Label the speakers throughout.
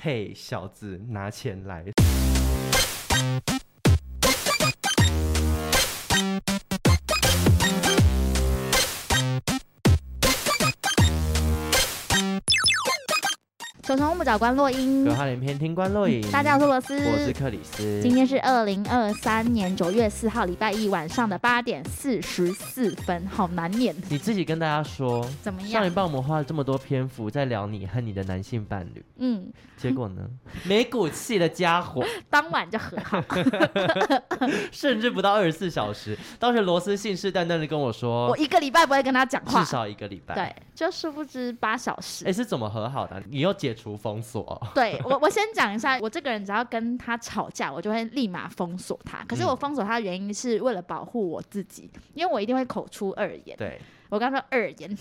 Speaker 1: 嘿，小子，拿钱来！
Speaker 2: 求从不找官落英
Speaker 1: 有，话连篇，听官落影。
Speaker 2: 大家好，我是罗斯，
Speaker 1: 我是克里斯。
Speaker 2: 今天是二零二三年九月四号，礼拜一晚上的八点四十四分，好难念，
Speaker 1: 你自己跟大家说，
Speaker 2: 怎么
Speaker 1: 上一
Speaker 2: 样？
Speaker 1: 棒我们花了这么多篇幅在聊你和你的男性伴侣，
Speaker 2: 嗯，
Speaker 1: 结果呢， 没骨气的家伙，
Speaker 2: 当晚就和 好。
Speaker 1: 甚至不到二十四小时。当时罗斯信誓旦旦的跟我说
Speaker 2: 我，一个礼拜不会跟他讲话
Speaker 1: 哦至，少一个礼拜。
Speaker 2: 对，就殊不知八小时。
Speaker 1: 哎，是怎么和好的？你又解除封锁？
Speaker 2: 对我，我先讲一下，我这个人只要跟他吵架，我就会立马封锁他。可是
Speaker 1: 嗯
Speaker 2: 我封锁他的原因是为了保护我自己，因为我一定会口出恶 言。
Speaker 1: 对，
Speaker 2: 我刚说二 言，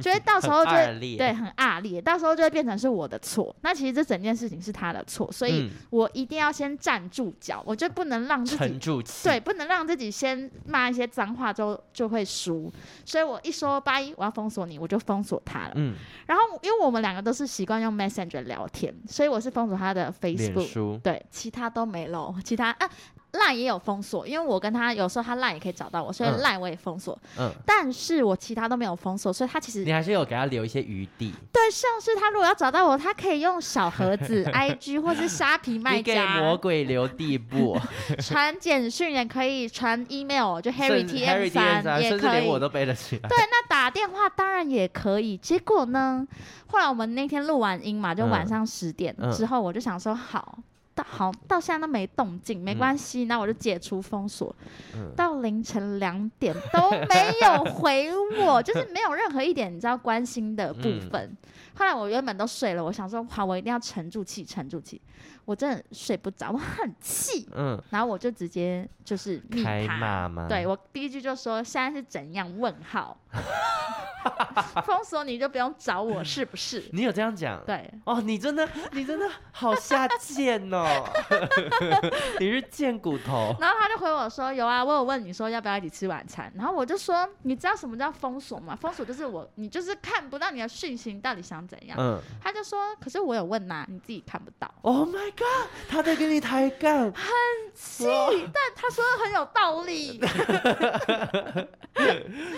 Speaker 2: 就会到时候就
Speaker 1: 很恶
Speaker 2: 会
Speaker 1: 劣
Speaker 2: 对很恶劣，到时候就会变成是我的错。那其实这整件事情是他的错，所以
Speaker 1: 嗯，
Speaker 2: 我一定要先站住脚，我就不能让自己
Speaker 1: 沉住气。
Speaker 2: 对，不能让自己先骂一些脏话之后就会输。所以我一说八一我要封锁你，我就封锁他了。
Speaker 1: 嗯，
Speaker 2: 然后因为我们两个都是习惯用 Messenger 聊天，所以我是封锁他的
Speaker 1: 脸
Speaker 2: Facebook，
Speaker 1: 书。
Speaker 2: 对，其他都没漏，其他啊。赖也有封锁，因为我跟他有时候他赖也可以找到我，所以
Speaker 1: 嗯
Speaker 2: 赖我也封锁。
Speaker 1: 嗯，
Speaker 2: 但是我其他都没有封锁，所以他其实
Speaker 1: 你还是有给他留一些余地。
Speaker 2: 对，像是他如果要找到我，他可以用小盒 子、IG 或是虾皮卖
Speaker 1: 你给魔
Speaker 2: 家
Speaker 1: 鬼留地 步。
Speaker 2: 传简讯，也可以传 email，就 Harry
Speaker 1: 甚至
Speaker 2: TM 三也
Speaker 1: 甚至
Speaker 2: 可
Speaker 1: 连我
Speaker 2: 以。
Speaker 1: 都背得起来。
Speaker 2: 那打电话当然也可以。结果呢，后来我们那天录完音嘛，就晚
Speaker 1: 嗯
Speaker 2: 上十点、
Speaker 1: 嗯
Speaker 2: 之后，我就想说好。到好到现在都没动静，没
Speaker 1: 嗯
Speaker 2: 关系，那我就解除封锁。
Speaker 1: 嗯
Speaker 2: 到凌晨两点都没有回我，就是没有任何一点你知道关心的部分。后来我原本都睡了，我想说好，我一定要沉住气，沉住气。我真的睡不着，我很气，
Speaker 1: 嗯，
Speaker 2: 然后我就直接就是密
Speaker 1: 开
Speaker 2: 他。
Speaker 1: 骂吗？
Speaker 2: 对，我第一句就说现在是怎样？问号， 封锁你就不用找我是不是？
Speaker 1: 你有这样讲？。
Speaker 2: 对，
Speaker 1: 哦，你真的，你真的好下贱 哦！你是贱骨头。
Speaker 2: 然后他就回我说：“有啊，我有问你说要不要一起吃晚餐。”然后我就说：“你知道什么叫封锁吗？封锁就是我，你就是看不到你的讯息，你到底想怎样。
Speaker 1: 嗯
Speaker 2: 他就说：“可是我有问呐、你自己看不到。
Speaker 1: ，Oh my god，他在跟你抬杠，”
Speaker 2: 是，但他说的很有道理。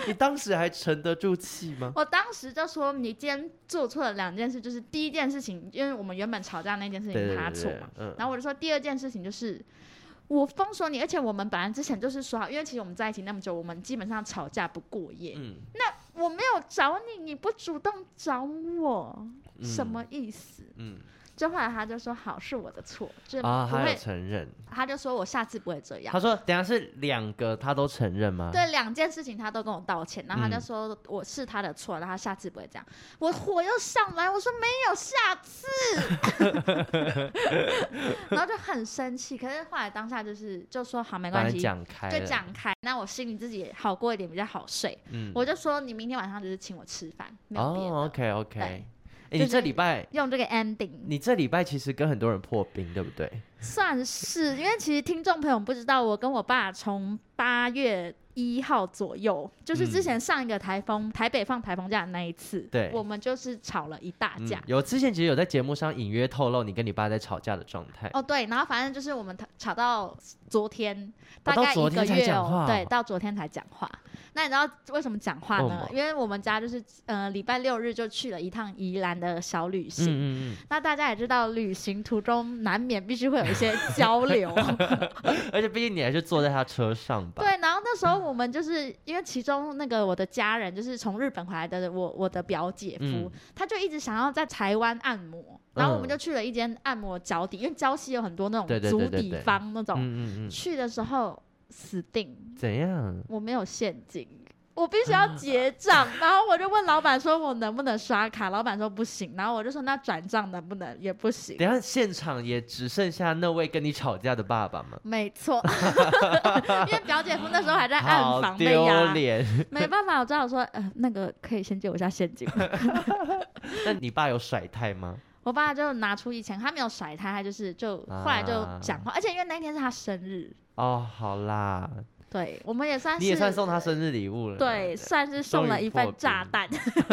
Speaker 1: 你当时还沉得住气 吗？
Speaker 2: 我当时就说：“你今天做错了两件事，就是第一件事情，因为我们原本吵架那件事情
Speaker 1: 对
Speaker 2: 是
Speaker 1: 对
Speaker 2: 他
Speaker 1: 对
Speaker 2: 错
Speaker 1: 对
Speaker 2: 嘛。，
Speaker 1: 嗯
Speaker 2: 然后我就说第二件事情就是。”我封锁你，而且我们本来之前就是说好，因为其实我们在一起那么久，我们基本上吵架不过夜。
Speaker 1: 嗯，
Speaker 2: 我没有找你，你不主动找我，
Speaker 1: 嗯
Speaker 2: 什么？意思？
Speaker 1: 嗯
Speaker 2: 就后来他就说好是我的错，就是不
Speaker 1: 啊，他
Speaker 2: 会，
Speaker 1: 有啊承认。
Speaker 2: 他就说我下次不会这样
Speaker 1: 他。说，等一下是两个他都承认吗？
Speaker 2: 对两件事情他都跟我道歉，然后他就
Speaker 1: 嗯
Speaker 2: 说我是他的错，然后他下次不会这样。我火又上来，我说没有下次， 然后就很生气。可是后来当下就是就说好没
Speaker 1: 把
Speaker 2: 关
Speaker 1: 你
Speaker 2: 系，
Speaker 1: 讲开了
Speaker 2: 就讲开，那我心里自己也好过一点，比较好睡。
Speaker 1: 嗯
Speaker 2: 我就说你明天晚上就是请我吃饭，没有别的。
Speaker 1: 哦，OK OK，
Speaker 2: 对
Speaker 1: 哎，
Speaker 2: 就
Speaker 1: 你
Speaker 2: 是
Speaker 1: 这礼拜
Speaker 2: 用这个 ending
Speaker 1: 你这礼拜其实跟很多人破冰，对不对？
Speaker 2: 算是，因为其实听众朋友不知道，我跟我爸从八月一号左右，就是之前上一个台风、台北放台风假的那一次，
Speaker 1: 对
Speaker 2: 我们就是吵了一大架。
Speaker 1: 嗯有之前其实有在节目上隐约透露你跟你爸在吵架的状态。
Speaker 2: 哦，对，然后反正就是我们吵吵到昨天，大
Speaker 1: 到
Speaker 2: 概一
Speaker 1: 昨
Speaker 2: 个
Speaker 1: 天才
Speaker 2: 月
Speaker 1: 讲
Speaker 2: 哦
Speaker 1: 话，
Speaker 2: 对，到昨天才讲话。那你知道为什么讲话
Speaker 1: 为什
Speaker 2: 呢
Speaker 1: 么？
Speaker 2: 因为我们家就是呃礼拜六日就去了一趟宜兰的小旅
Speaker 1: 嗯
Speaker 2: 行，
Speaker 1: 嗯
Speaker 2: 那大家也知道，旅行途中难免必须会有一些 交流。
Speaker 1: 嗯，而且毕竟你还是坐在他车上吧？嗯
Speaker 2: 对，然后那时候我们就是因为其中那个我的家人就是从日本回来的我我的表姐夫，
Speaker 1: 嗯
Speaker 2: 他就一直想要在台湾按摩，然后我们
Speaker 1: 嗯
Speaker 2: 就去了一间按摩脚底，因为礁溪有很多那
Speaker 1: 对对
Speaker 2: 种足
Speaker 1: 对对
Speaker 2: 底
Speaker 1: 对
Speaker 2: 方那种，
Speaker 1: 嗯嗯嗯，
Speaker 2: 去的时候死定，
Speaker 1: 怎样？
Speaker 2: 我没有现金，我必须要
Speaker 1: 啊
Speaker 2: 结账，然后我就问老板说，我能不能刷卡？老板说不行，然后我就说那转账能不能也不行。
Speaker 1: 等一下现场也只剩下那位跟你吵架的爸爸吗？
Speaker 2: 没 错， 因为表姐夫那时候还在暗
Speaker 1: 好
Speaker 2: 房啊被
Speaker 1: 丢
Speaker 2: 压，
Speaker 1: 脸！
Speaker 2: 没办法，我只好说，呃，那个可以先借我一下现金吗。
Speaker 1: 那你爸有甩态吗？
Speaker 2: 我爸就拿出一千，他没有甩他，他就是就
Speaker 1: 啊
Speaker 2: 后来就讲话，而且因为那天是他生日，
Speaker 1: 哦，好啦，
Speaker 2: 对我们也算是
Speaker 1: 你也算送他生日礼物了。
Speaker 2: 对，，算是送
Speaker 1: 终
Speaker 2: 了
Speaker 1: 于
Speaker 2: 一份
Speaker 1: 破
Speaker 2: 炸
Speaker 1: 冰
Speaker 2: 弹。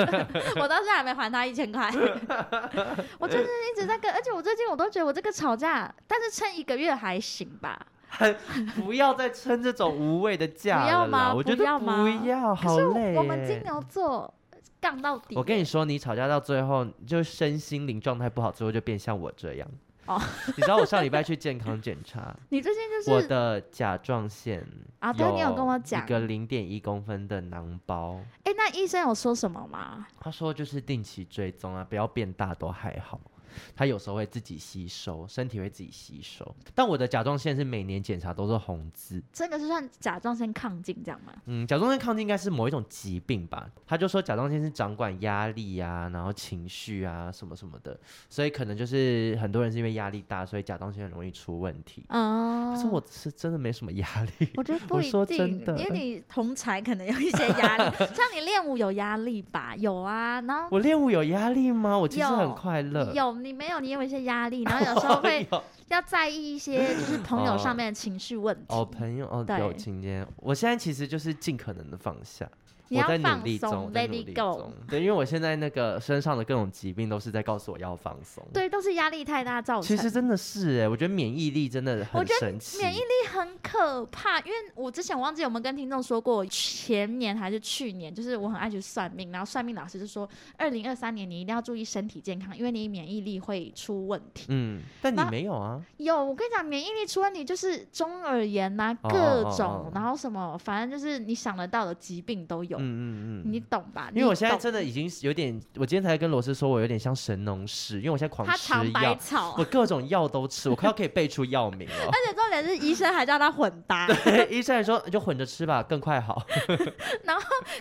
Speaker 2: 我到现在还没还他一千块， 我就是一直在跟，而且我最近我都觉得我这个吵架，但是撑一个月还行吧。
Speaker 1: 不要再撑这种无谓的架
Speaker 2: 不要
Speaker 1: 了啦！
Speaker 2: 吗
Speaker 1: 我觉
Speaker 2: 不
Speaker 1: 得
Speaker 2: 要吗
Speaker 1: 不要，
Speaker 2: 可
Speaker 1: 好
Speaker 2: 是
Speaker 1: 累耶。
Speaker 2: 我们金牛座杠到底耶，
Speaker 1: 我跟你说，你吵架到最后，就身心灵状态不好，之后就变像我这样。
Speaker 2: 哦，
Speaker 1: 你知道我上礼拜去健康检查，
Speaker 2: 你最近就
Speaker 1: 我
Speaker 2: 是
Speaker 1: 的甲状腺
Speaker 2: 啊对你有跟我
Speaker 1: 一
Speaker 2: 讲
Speaker 1: 个零点一公分的囊包。
Speaker 2: 哎、那医生有说什么吗？
Speaker 1: 他说就是定期追踪啊，不要变大都还好。它有时候会自己吸收，身体会自己吸收。但我的甲状腺是每年检查都是红字，
Speaker 2: 这个是算甲状腺亢进这样吗？
Speaker 1: 嗯，甲状腺亢进应该是某一种疾病吧？他就说甲状腺是掌管压力啊，然后情绪啊什么什么的，所以可能就是很多人是因为压力大，所以甲状腺很容易出问题。
Speaker 2: 嗯，
Speaker 1: 可是我是真的没什么压 力，
Speaker 2: 我觉得不
Speaker 1: 我
Speaker 2: 一
Speaker 1: 说
Speaker 2: 定
Speaker 1: 真，的嗯
Speaker 2: 因为你同才可能有一些压力，像你练舞有压力吧？有啊，然后
Speaker 1: 我练舞有压力吗？我其实很
Speaker 2: 有
Speaker 1: 快乐。
Speaker 2: 有你没有，你有一些压 力，然后有时候会
Speaker 1: 有
Speaker 2: 要在意一些就是朋友上面的情绪问题。
Speaker 1: 哦，朋友哦，
Speaker 2: 对
Speaker 1: 友情间，我现在其实就是尽可能的放下，
Speaker 2: 你
Speaker 1: 我
Speaker 2: 要
Speaker 1: 在努
Speaker 2: 放
Speaker 1: 力中，
Speaker 2: 松
Speaker 1: 我在努
Speaker 2: ，let it
Speaker 1: 力
Speaker 2: go
Speaker 1: 中。对，因为我现在那个身上的各种疾病都是在告诉我要放松。，
Speaker 2: 对，都是压力太大造
Speaker 1: 其
Speaker 2: 成。
Speaker 1: 实真的是哎，我觉得免疫力真的
Speaker 2: 我
Speaker 1: 很
Speaker 2: 觉得
Speaker 1: 神奇。
Speaker 2: 免疫力很可怕，因为我之前忘记有没有跟听众说过，前年还是去年，就是我很爱去算命，然后算命老师就说，二零二三年你一定要注意身体健康，因为你免疫力会出问题。
Speaker 1: 嗯，但你
Speaker 2: 那
Speaker 1: 没有啊，
Speaker 2: 有，我跟你讲，免疫力出问题就是中耳炎呐、
Speaker 1: 哦
Speaker 2: 各
Speaker 1: 哦
Speaker 2: 种，
Speaker 1: 哦
Speaker 2: 然后什么，反正就是你想得到的疾病都有，
Speaker 1: 嗯嗯
Speaker 2: 你
Speaker 1: 嗯。
Speaker 2: 懂吧？
Speaker 1: 因为我
Speaker 2: 你
Speaker 1: 现在
Speaker 2: 懂
Speaker 1: 真的已经有点，我今天才跟罗斯说，我有点像神农氏，因为我现在狂
Speaker 2: 他
Speaker 1: 吃
Speaker 2: 尝百
Speaker 1: 药，
Speaker 2: 草
Speaker 1: 我，各种药都吃，我快要可以背出药名 了。
Speaker 2: 而且重点是医生还叫他混 搭。
Speaker 1: 医生还说你就混着吃吧，更快好。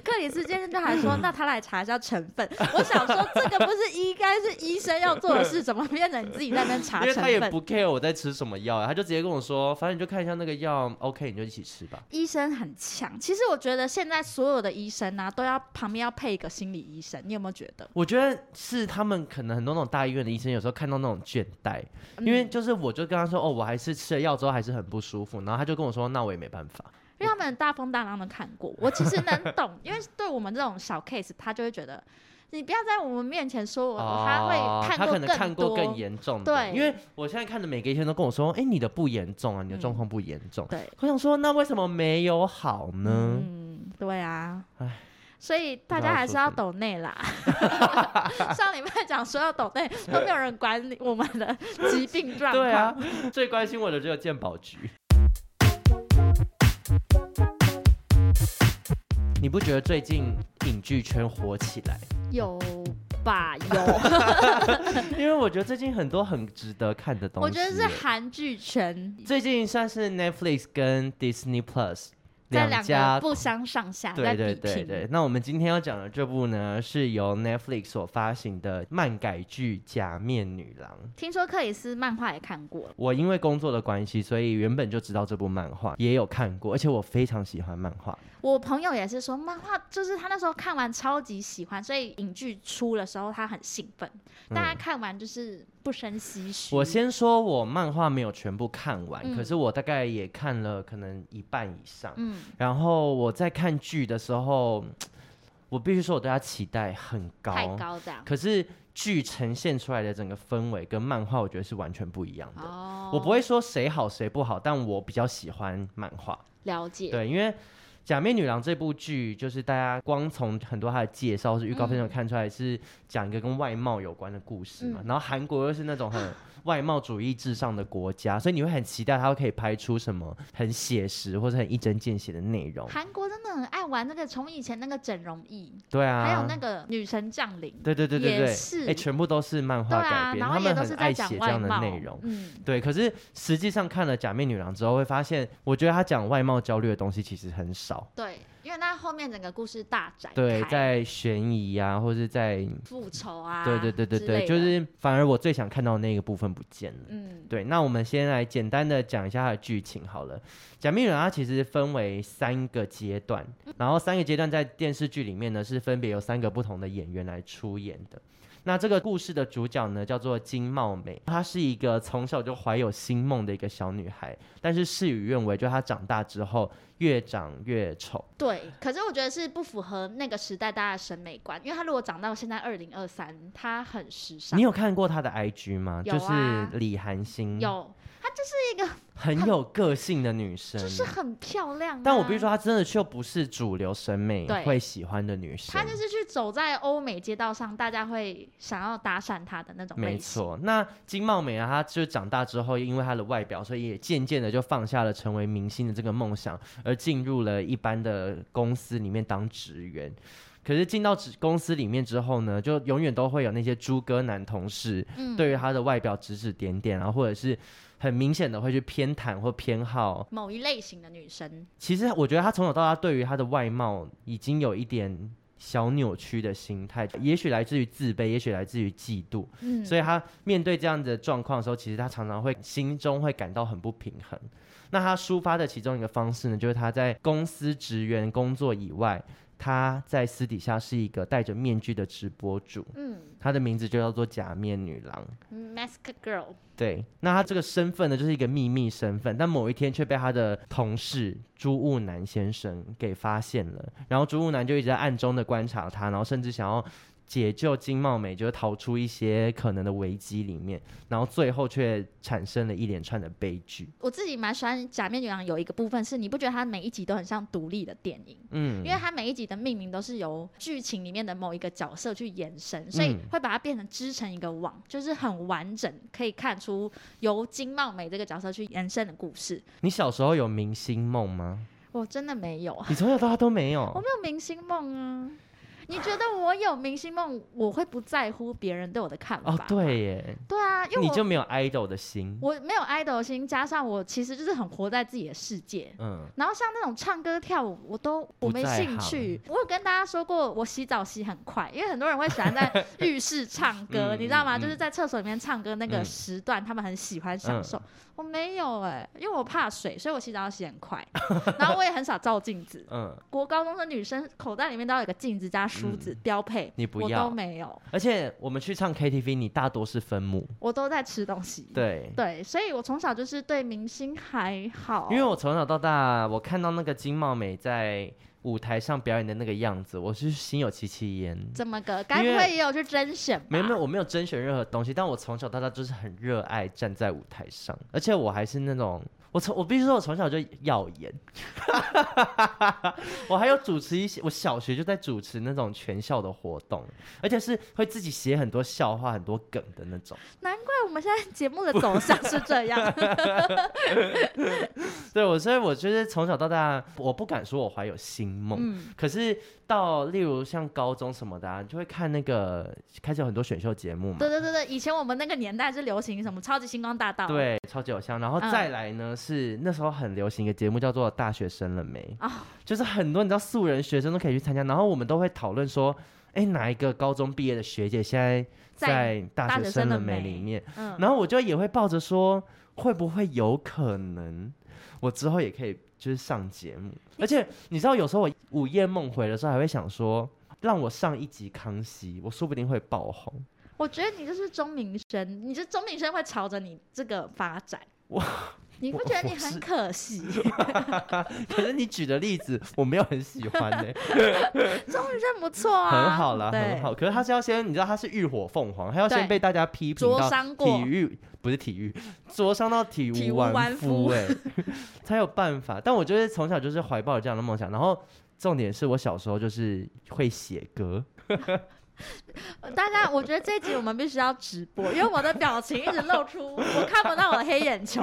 Speaker 2: 克里斯先生就还 说，那他来查一下成分。 我想说，这个不是应该是医生要做的事，怎么变成你自己在那边查
Speaker 1: 因为
Speaker 2: 成
Speaker 1: 他也
Speaker 2: 分？
Speaker 1: 不 care 我在吃什么药啊，他就直接跟我说，反正你就看一下那个药，OK，你就一起吃吧。
Speaker 2: 医生很强，其实我觉得现在所有的医生啊，都要旁边要配一个心理医生，你有没有觉得？
Speaker 1: 我觉得是他们可能很多那种大医院的医生有时候看到那种倦怠，因为
Speaker 2: 嗯
Speaker 1: 就是我就跟他说，哦，我还是吃了药之后还是很不舒服，然后他就跟我说，那我也没办法。
Speaker 2: 因为他们大风大浪的看过，我其实 能懂，因为对我们这种小 case，他就会觉得你不要在我们面前说我，
Speaker 1: 哦
Speaker 2: 他会
Speaker 1: 他
Speaker 2: 看
Speaker 1: 可
Speaker 2: 过
Speaker 1: 能看
Speaker 2: 更
Speaker 1: 过
Speaker 2: 多。
Speaker 1: 更严重的，
Speaker 2: 对
Speaker 1: 因为我现在看的每个医生都跟我说，哎，你的不严重啊，你的状况不严重。
Speaker 2: 对，
Speaker 1: 我想说，那为什么没有好呢？
Speaker 2: 嗯，对啊
Speaker 1: 唉。
Speaker 2: 所以大家还是要抖 内啦。上礼拜讲说要抖内，都没有人管理我们的疾病状况。
Speaker 1: 对啊， 最关心我的只有鉴宝局。你不觉得最近影剧圈火起来？
Speaker 2: 有吧？有，
Speaker 1: 因为我觉得最近很多很值得看的东西。
Speaker 2: 我觉得是韩剧圈
Speaker 1: 最近算是 Netflix 跟 Disney Plus
Speaker 2: 在两
Speaker 1: 家
Speaker 2: 个不相上下，在
Speaker 1: 对
Speaker 2: 比
Speaker 1: 对
Speaker 2: 拼。
Speaker 1: 对对，那我们今天要讲的这部呢，是由 Netflix 所发行的漫改剧《假面女郎》。
Speaker 2: 听说克里斯漫画也看过了，
Speaker 1: 我因为工作的关系，所以原本就知道这部漫画，也有看过，而且我非常喜欢漫画。
Speaker 2: 我朋友也是说，漫画就是他那时候看完超级喜欢，所以影剧出的时候他很兴奋，但他看完就是不生唏嘘。
Speaker 1: 我先说，我漫画没有全部看完，
Speaker 2: 嗯
Speaker 1: 可是我大概也看了可能一半以上。
Speaker 2: 嗯，
Speaker 1: 然后我在看剧的时候，我必须说我对它期待很高，
Speaker 2: 太高这样。
Speaker 1: 可是剧呈现出来的整个氛围跟漫画，我觉得是完全不一样的。
Speaker 2: 哦，
Speaker 1: 我不会说谁好谁不好，但我比较喜欢漫画。
Speaker 2: 了解。
Speaker 1: 对，因为《假面女郎》这部剧，就是大家光从很多它的介绍是预告片上看出来是讲一个跟外貌有关的故事
Speaker 2: 嗯
Speaker 1: 嘛。然后韩国又是那种很外貌主义至上的国家，所以你会很期待它可以拍出什么很写实或者很一针见血的内容。
Speaker 2: 韩国真的很爱玩那个，从以前那个整容艺，
Speaker 1: 对啊，
Speaker 2: 还有那个女神降临，
Speaker 1: 对对对对
Speaker 2: 也
Speaker 1: 对，
Speaker 2: 是
Speaker 1: 哎、全部都是漫
Speaker 2: 对
Speaker 1: 画改
Speaker 2: 啊，
Speaker 1: 编，
Speaker 2: 然
Speaker 1: 他
Speaker 2: 后也
Speaker 1: 们
Speaker 2: 都
Speaker 1: 很
Speaker 2: 是
Speaker 1: 爱
Speaker 2: 在
Speaker 1: 写
Speaker 2: 讲
Speaker 1: 这
Speaker 2: 外
Speaker 1: 样的
Speaker 2: 貌，
Speaker 1: 内容。
Speaker 2: 嗯，
Speaker 1: 对，可是实际上看了《假面女郎》之后，会发现，我觉得他讲外貌焦虑的东西其实很少。
Speaker 2: 对，因因为那后面整个故事大展
Speaker 1: 对，
Speaker 2: 开
Speaker 1: 在悬疑啊，或是在
Speaker 2: 复仇啊，
Speaker 1: 对对对对
Speaker 2: 之类
Speaker 1: 对，
Speaker 2: 的
Speaker 1: 就是反而我最想看到的那个部分不见了。
Speaker 2: 嗯
Speaker 1: 对，那我们先来简单的讲一下它的剧情好了。《假面女郎》它其实分为三个阶段，然后三个阶段在电视剧里面呢是分别由三个不同的演员来出演的。那这个故事的主角呢叫做金茂美，她是一个从小就怀有星梦的一个小女孩，但是事与愿违，就她长大之后越长越丑。
Speaker 2: 对。可是我觉得是不符合那个时代大家的审美观，因为他如果长到现在二零二三，他很时尚
Speaker 1: 你。有看过她的 IG 吗？
Speaker 2: 有啊
Speaker 1: 就是李韩星，
Speaker 2: 有，她就是一个
Speaker 1: 很有个性的女生，
Speaker 2: 就是很漂亮、啊，
Speaker 1: 但我必须说，她真的却不是主流审美
Speaker 2: 对
Speaker 1: 会喜欢的女生。
Speaker 2: 她就是去走在欧美街道上，大家会想要搭讪她的那种
Speaker 1: 没
Speaker 2: 类型。
Speaker 1: 错。那金茂美啊，她就长大之后，因为她的外表，所以也渐渐的就放下了成为明星的这个梦想，而进入了一般的公司里面当职员。可是进到职公司里面之后呢，就永远都会有那些猪哥男同事，
Speaker 2: 嗯
Speaker 1: 对于她的外表指指点点啊，或者是很明显的会去偏袒或偏好
Speaker 2: 某一类型的女生，
Speaker 1: 其实我觉得他从小到大对于他的外貌已经有一点小扭曲的心态，也许来自于自卑，也许来自于嫉妒，
Speaker 2: 嗯，
Speaker 1: 所以他面对这样的状况的时候，其实他常常会心中会感到很不平衡。那他抒发的其中一个方式呢，就是他在公司职员工作以外，他在私底下是一个戴着面具的直播主，
Speaker 2: 嗯
Speaker 1: 他的名字就叫做假面女郎。
Speaker 2: 嗯，mask girl，
Speaker 1: 对，那他这个身份呢，就是一个秘密身份，但某一天却被他的同事朱雾南先生给发现了，然后朱雾南就一直在暗中的观察他，然后甚至想要解救金茂美，就是逃出一些可能的危机里面，然后最后却产生了一连串的悲剧。
Speaker 2: 我自己蛮喜欢《假面女郎》有一个部分是，你不觉得它每一集都很像独立的电影？
Speaker 1: 嗯
Speaker 2: 因为它每一集的命名都是由剧情里面的某一个角色去延伸，所以
Speaker 1: 嗯
Speaker 2: 会把它变成织成一个网，就是很完整，可以看出由金茂美这个角色去延伸的故事。
Speaker 1: 你小时候有明星梦吗？哦
Speaker 2: 我真的没有，啊
Speaker 1: 你从小到大都没
Speaker 2: 哦我
Speaker 1: 有
Speaker 2: 没。有明星梦啊。你觉得我有明星梦，我会不在乎别人对我的看法？
Speaker 1: 哦，对耶，
Speaker 2: 对啊，因为
Speaker 1: 你就
Speaker 2: 我
Speaker 1: 没有 idol 的心。
Speaker 2: 我没有 idol 心，加上我其实就是很活在自己的世界。
Speaker 1: 嗯，
Speaker 2: 然后像那种唱歌跳舞，我都我
Speaker 1: 不
Speaker 2: 没
Speaker 1: 在
Speaker 2: 兴趣。我有跟大家说过，我洗澡洗很快，因为很多人会喜 欢在浴室唱歌，
Speaker 1: 嗯
Speaker 2: 你知道吗？
Speaker 1: 嗯
Speaker 2: 就是在厕所里面唱歌那个
Speaker 1: 嗯
Speaker 2: 时段，他们很喜欢享受。我没有哎、因为我怕水，所以我洗澡洗很快。然后我也很少照镜子。
Speaker 1: 嗯，
Speaker 2: 国高中的女生口袋里面都要有个镜子加梳子、标配，
Speaker 1: 嗯你不
Speaker 2: 我
Speaker 1: 要
Speaker 2: 都没有，
Speaker 1: 而且我们去唱 KTV，你大多是分母。
Speaker 2: 我都在吃东西。
Speaker 1: 对，
Speaker 2: 对，所以我从小就是对明星还好，
Speaker 1: 因为我从小到大，我看到那个金茂美在舞台上表演的那个样子，我是心有戚戚焉。
Speaker 2: 怎么个，该不
Speaker 1: 因为
Speaker 2: 会也有去甄选吧？
Speaker 1: 没有没有，我没有甄选任何东西，但我从小到大就是很热爱站在舞台上，而且我还是那种，我从我必须说，我从小就耀眼， 我还有主持一些，我小学就在主持那种全校的活动，而且是会自己写很多笑话、很多梗的那种。
Speaker 2: 难怪 我们现在节目的走向是这 样。
Speaker 1: 对我，所以我就是从小到大，我不敢说我怀有星梦，
Speaker 2: 嗯
Speaker 1: 可是到例如像高中什么的、啊，你就会看那个开始有很多选秀节目嘛，
Speaker 2: 对对对对，以前我们那个年代是流行什么超级星光大道，
Speaker 1: 对，超级偶像，然后
Speaker 2: 嗯
Speaker 1: 再来呢、是那时候很流行一个节目叫做《大学生了没》
Speaker 2: 啊
Speaker 1: 就是很多你知道素人学生都可以去参加，然后我们都会讨论说，哎，哪一个高中毕业的学姐现在在
Speaker 2: 在
Speaker 1: 《大
Speaker 2: 大
Speaker 1: 学生
Speaker 2: 学生
Speaker 1: 了
Speaker 2: 了
Speaker 1: 没》
Speaker 2: 没
Speaker 1: 里面，
Speaker 2: 嗯，
Speaker 1: 然后我就也会抱着说，会不会有可能我之后也可以就是上节目？而且你知道，有时候我午夜梦回的时候，还会想说，让我上一集《康熙》，我说不定会爆红。
Speaker 2: 我觉得你就是钟明轩，你这钟明轩会朝着你这个发展。
Speaker 1: 哇，
Speaker 2: 你不
Speaker 1: 我
Speaker 2: 觉得你
Speaker 1: 我是
Speaker 2: 很可 惜？
Speaker 1: 可是你举的例子，我没有很喜欢欸呢、
Speaker 2: 钟明轩不错啊，
Speaker 1: 很好啦，
Speaker 2: 对
Speaker 1: 很好。。可是他是要先，你知道他是浴火凤凰，他要先
Speaker 2: 对
Speaker 1: 被大家批评
Speaker 2: 灼
Speaker 1: 到
Speaker 2: 伤过
Speaker 1: 体育不是体育，灼伤到体
Speaker 2: 体
Speaker 1: 无
Speaker 2: 无
Speaker 1: 完
Speaker 2: 完
Speaker 1: 肤
Speaker 2: 肤
Speaker 1: 哎、 才有办法。但我就是从小就是怀抱着这样的梦想，然后重点是我小时候就是会写歌，
Speaker 2: 呃大家，我觉得这一集我们必须要直播，因为我的表情一直露出，我看不到我的黑 眼球，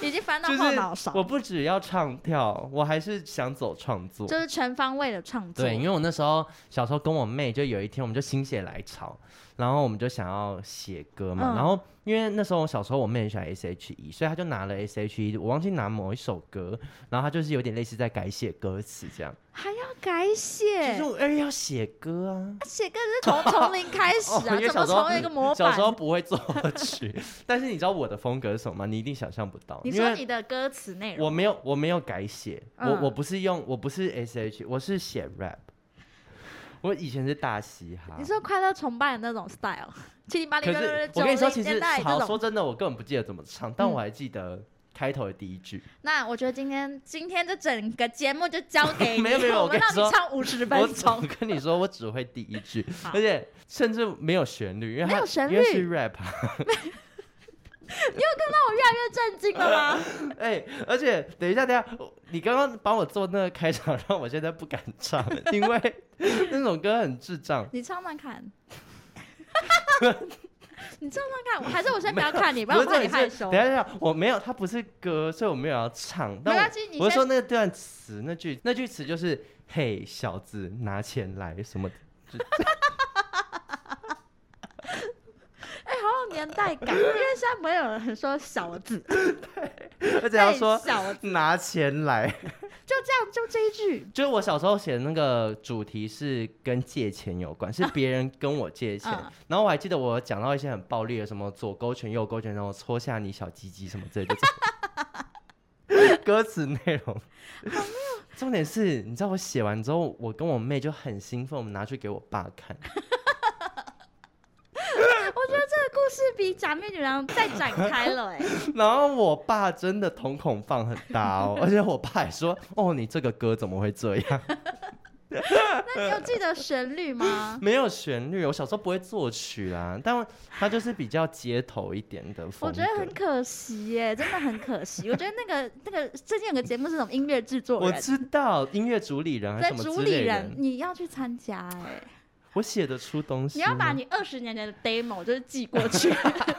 Speaker 2: 已经翻到
Speaker 1: 就
Speaker 2: 后脑
Speaker 1: 是
Speaker 2: 勺，
Speaker 1: 我不只要唱跳，我还是想走创作。
Speaker 2: 就是全方位的创作。
Speaker 1: 对，因为我那时候小时候跟我妹，就有一天我们就心血来潮，然后我们就想要写歌嘛，
Speaker 2: 嗯
Speaker 1: 然后因为那时候我小时候我妹很喜欢 S.H.E，所以她就拿了 E，S.H.E，我忘记拿某一首歌，然后她就是有点类似在改写歌词这样，
Speaker 2: 还要改
Speaker 1: 就
Speaker 2: 写
Speaker 1: 是，我哎要写歌啊，
Speaker 2: 写歌是从从零开始
Speaker 1: 哦
Speaker 2: 啊，
Speaker 1: 因为
Speaker 2: 怎
Speaker 1: 小
Speaker 2: 么
Speaker 1: 时候
Speaker 2: 从一个模
Speaker 1: 小时候
Speaker 2: 板？
Speaker 1: 不会作曲， 但是你知道我的风格是什么吗？你一定想象不到，
Speaker 2: 你
Speaker 1: 因
Speaker 2: 说
Speaker 1: 为
Speaker 2: 你的歌词内容，
Speaker 1: 我没有，我没有改写，
Speaker 2: 嗯
Speaker 1: 我我不是用，我不是 S H，我 E，是写 rap。我以前是大嘻哈
Speaker 2: 你，说快乐崇拜的那种 style，七零八零
Speaker 1: 可
Speaker 2: 六六六
Speaker 1: 是
Speaker 2: 九
Speaker 1: 我跟你说，其
Speaker 2: 零
Speaker 1: 实
Speaker 2: 年代
Speaker 1: 好
Speaker 2: 这
Speaker 1: 说
Speaker 2: 种。
Speaker 1: 真的，我根本不记得怎么唱，但
Speaker 2: 嗯
Speaker 1: 我还记得开头的第一句。
Speaker 2: 那我觉得今天今天这整个节目就 交给你，
Speaker 1: 没有没有我
Speaker 2: 我们
Speaker 1: 跟你
Speaker 2: 让
Speaker 1: 说
Speaker 2: 你唱五十
Speaker 1: 我
Speaker 2: 分
Speaker 1: 总
Speaker 2: 钟。
Speaker 1: 跟你说，我只会第一句
Speaker 2: 好，
Speaker 1: 而且甚至没有旋律，因为它
Speaker 2: 没有旋
Speaker 1: 因为是
Speaker 2: 律
Speaker 1: rap 啊。
Speaker 2: 太震惊了吗？
Speaker 1: 哎、而且等一下，等一下，我你刚刚帮我做那个开场， 让我现在不敢唱，因为 那种歌很智障。
Speaker 2: 你唱唱看， 你唱唱看，还是我先不要看你，不
Speaker 1: 不是
Speaker 2: 然我怕
Speaker 1: 重点
Speaker 2: 你害
Speaker 1: 是
Speaker 2: 羞
Speaker 1: 等一。下，等一下，我没有，它不是歌，所以我没有要唱。
Speaker 2: 没
Speaker 1: 但
Speaker 2: 关系，你
Speaker 1: 我我是说
Speaker 2: 先
Speaker 1: 那段词，那句那句词就是“嘿，小子，拿钱来”什么的。
Speaker 2: 哎好有年代感，因为现在没有人说小子，
Speaker 1: 而且要
Speaker 2: 嘿
Speaker 1: 说
Speaker 2: 小子，
Speaker 1: 拿钱来，
Speaker 2: 就这样，就这一句。
Speaker 1: 就是我小时候写的那个主题是跟借钱有关，是别人跟我借钱。
Speaker 2: 嗯
Speaker 1: 然后我还记得我讲到一些很暴力的，什么左勾拳右勾拳，然后戳下你小鸡鸡什么之类的这 种。歌词内容，重点是，你知道我写完之后，我跟我妹就很兴奋，我们拿去给我爸看。
Speaker 2: 我觉得这个故事比假面女郎再展开了、哎，
Speaker 1: 然后我爸真的瞳孔放很大哦，而且我爸还说：“哦，你这个歌怎么会这样？
Speaker 2: 那你有记得旋律吗？
Speaker 1: 没有旋律。”我小时候不会作曲啦，但他就是比较街头一点的风
Speaker 2: 我
Speaker 1: 格。
Speaker 2: 觉得很可惜耶、 真的很可惜。我觉得那个那个最近有个节目是什么音乐制作
Speaker 1: 我
Speaker 2: 人，
Speaker 1: 知道音乐主理人还
Speaker 2: 在
Speaker 1: 是什么
Speaker 2: 主
Speaker 1: 之
Speaker 2: 理
Speaker 1: 类
Speaker 2: 人
Speaker 1: 人，，
Speaker 2: 你要去参加哎、
Speaker 1: 我写得出东西
Speaker 2: 你
Speaker 1: 吗。
Speaker 2: 要把你二十年前的 demo 就是寄过去，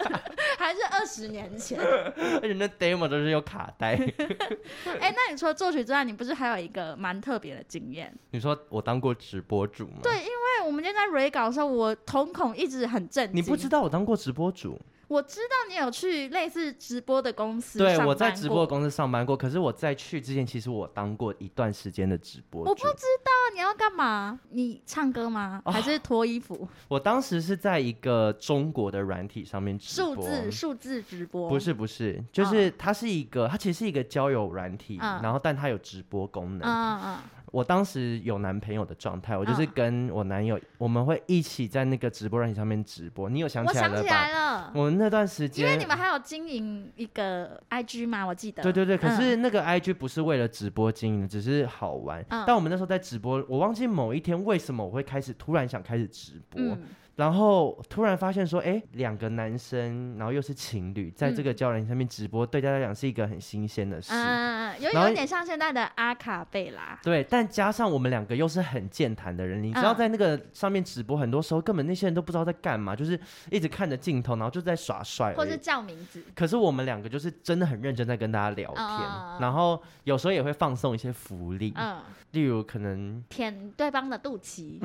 Speaker 2: 还是二十年前？
Speaker 1: 而且那 demo 都是有卡带。
Speaker 2: 哎、那你除了作曲之外，你不是还有一个蛮特别的经验？
Speaker 1: 你说我当过直播主吗？
Speaker 2: 对，因为我们今天在 re 稿的时候，我瞳孔一直很震惊。
Speaker 1: 你不知道我当过直播主？
Speaker 2: 我知道你有去类似直播的公司
Speaker 1: 对，
Speaker 2: 上
Speaker 1: 我在
Speaker 2: 班
Speaker 1: 直
Speaker 2: 过
Speaker 1: 播公司上班过。可是我在去之前，其实我当过一段时间的直播主。
Speaker 2: 我不知道你要干嘛，你唱歌吗？
Speaker 1: 哦
Speaker 2: 还是脱衣服？
Speaker 1: 我当时是在一个中国的软体上面直
Speaker 2: 数
Speaker 1: 播，
Speaker 2: 字数字直播
Speaker 1: 不？是不是，就是它是一个，它其实是一个交友软体，
Speaker 2: 嗯
Speaker 1: 然后但它有直播功能。
Speaker 2: 嗯嗯
Speaker 1: 我当时有男朋友的状态，我就是
Speaker 2: 嗯
Speaker 1: 跟我男友，我们会一起在那个直播软体上面直播。你有想
Speaker 2: 嗯，我
Speaker 1: 起来
Speaker 2: 想
Speaker 1: 了
Speaker 2: 起
Speaker 1: 吧？
Speaker 2: 来了，
Speaker 1: 我那段时
Speaker 2: 因
Speaker 1: 间，
Speaker 2: 为你们还有经营一个 IG 嘛，我记得。
Speaker 1: 对对对，可
Speaker 2: 嗯
Speaker 1: 是那个 IG 不是为了直播经营的，只是好玩。
Speaker 2: 嗯
Speaker 1: 但我们那时候在直播，我忘记某一天为什么我会开始突然想开始直播，
Speaker 2: 嗯
Speaker 1: 然后突然发现说，哎，两个男生，然后又是情侣，在这
Speaker 2: 嗯
Speaker 1: 个交友软件上面直播，对大家来讲是一个很新鲜的
Speaker 2: 嗯
Speaker 1: 事。
Speaker 2: 嗯，嗯有
Speaker 1: 然后
Speaker 2: 有一点像现在的阿卡贝拉。
Speaker 1: 对，但加上我们两个又是很健谈的人，你知道，
Speaker 2: 嗯
Speaker 1: 在那个上面直播，很多时候根本那些人都不知道在干嘛，就是一直看着镜头，然后就在耍帅
Speaker 2: 或
Speaker 1: 而
Speaker 2: 是
Speaker 1: 已。
Speaker 2: 叫名字，
Speaker 1: 可是我们两个就是真的很认真在跟大家聊天，
Speaker 2: 嗯嗯嗯
Speaker 1: 然后有时候也会放送一些福利，
Speaker 2: 嗯，
Speaker 1: 例如可能
Speaker 2: 舔对方的肚 脐，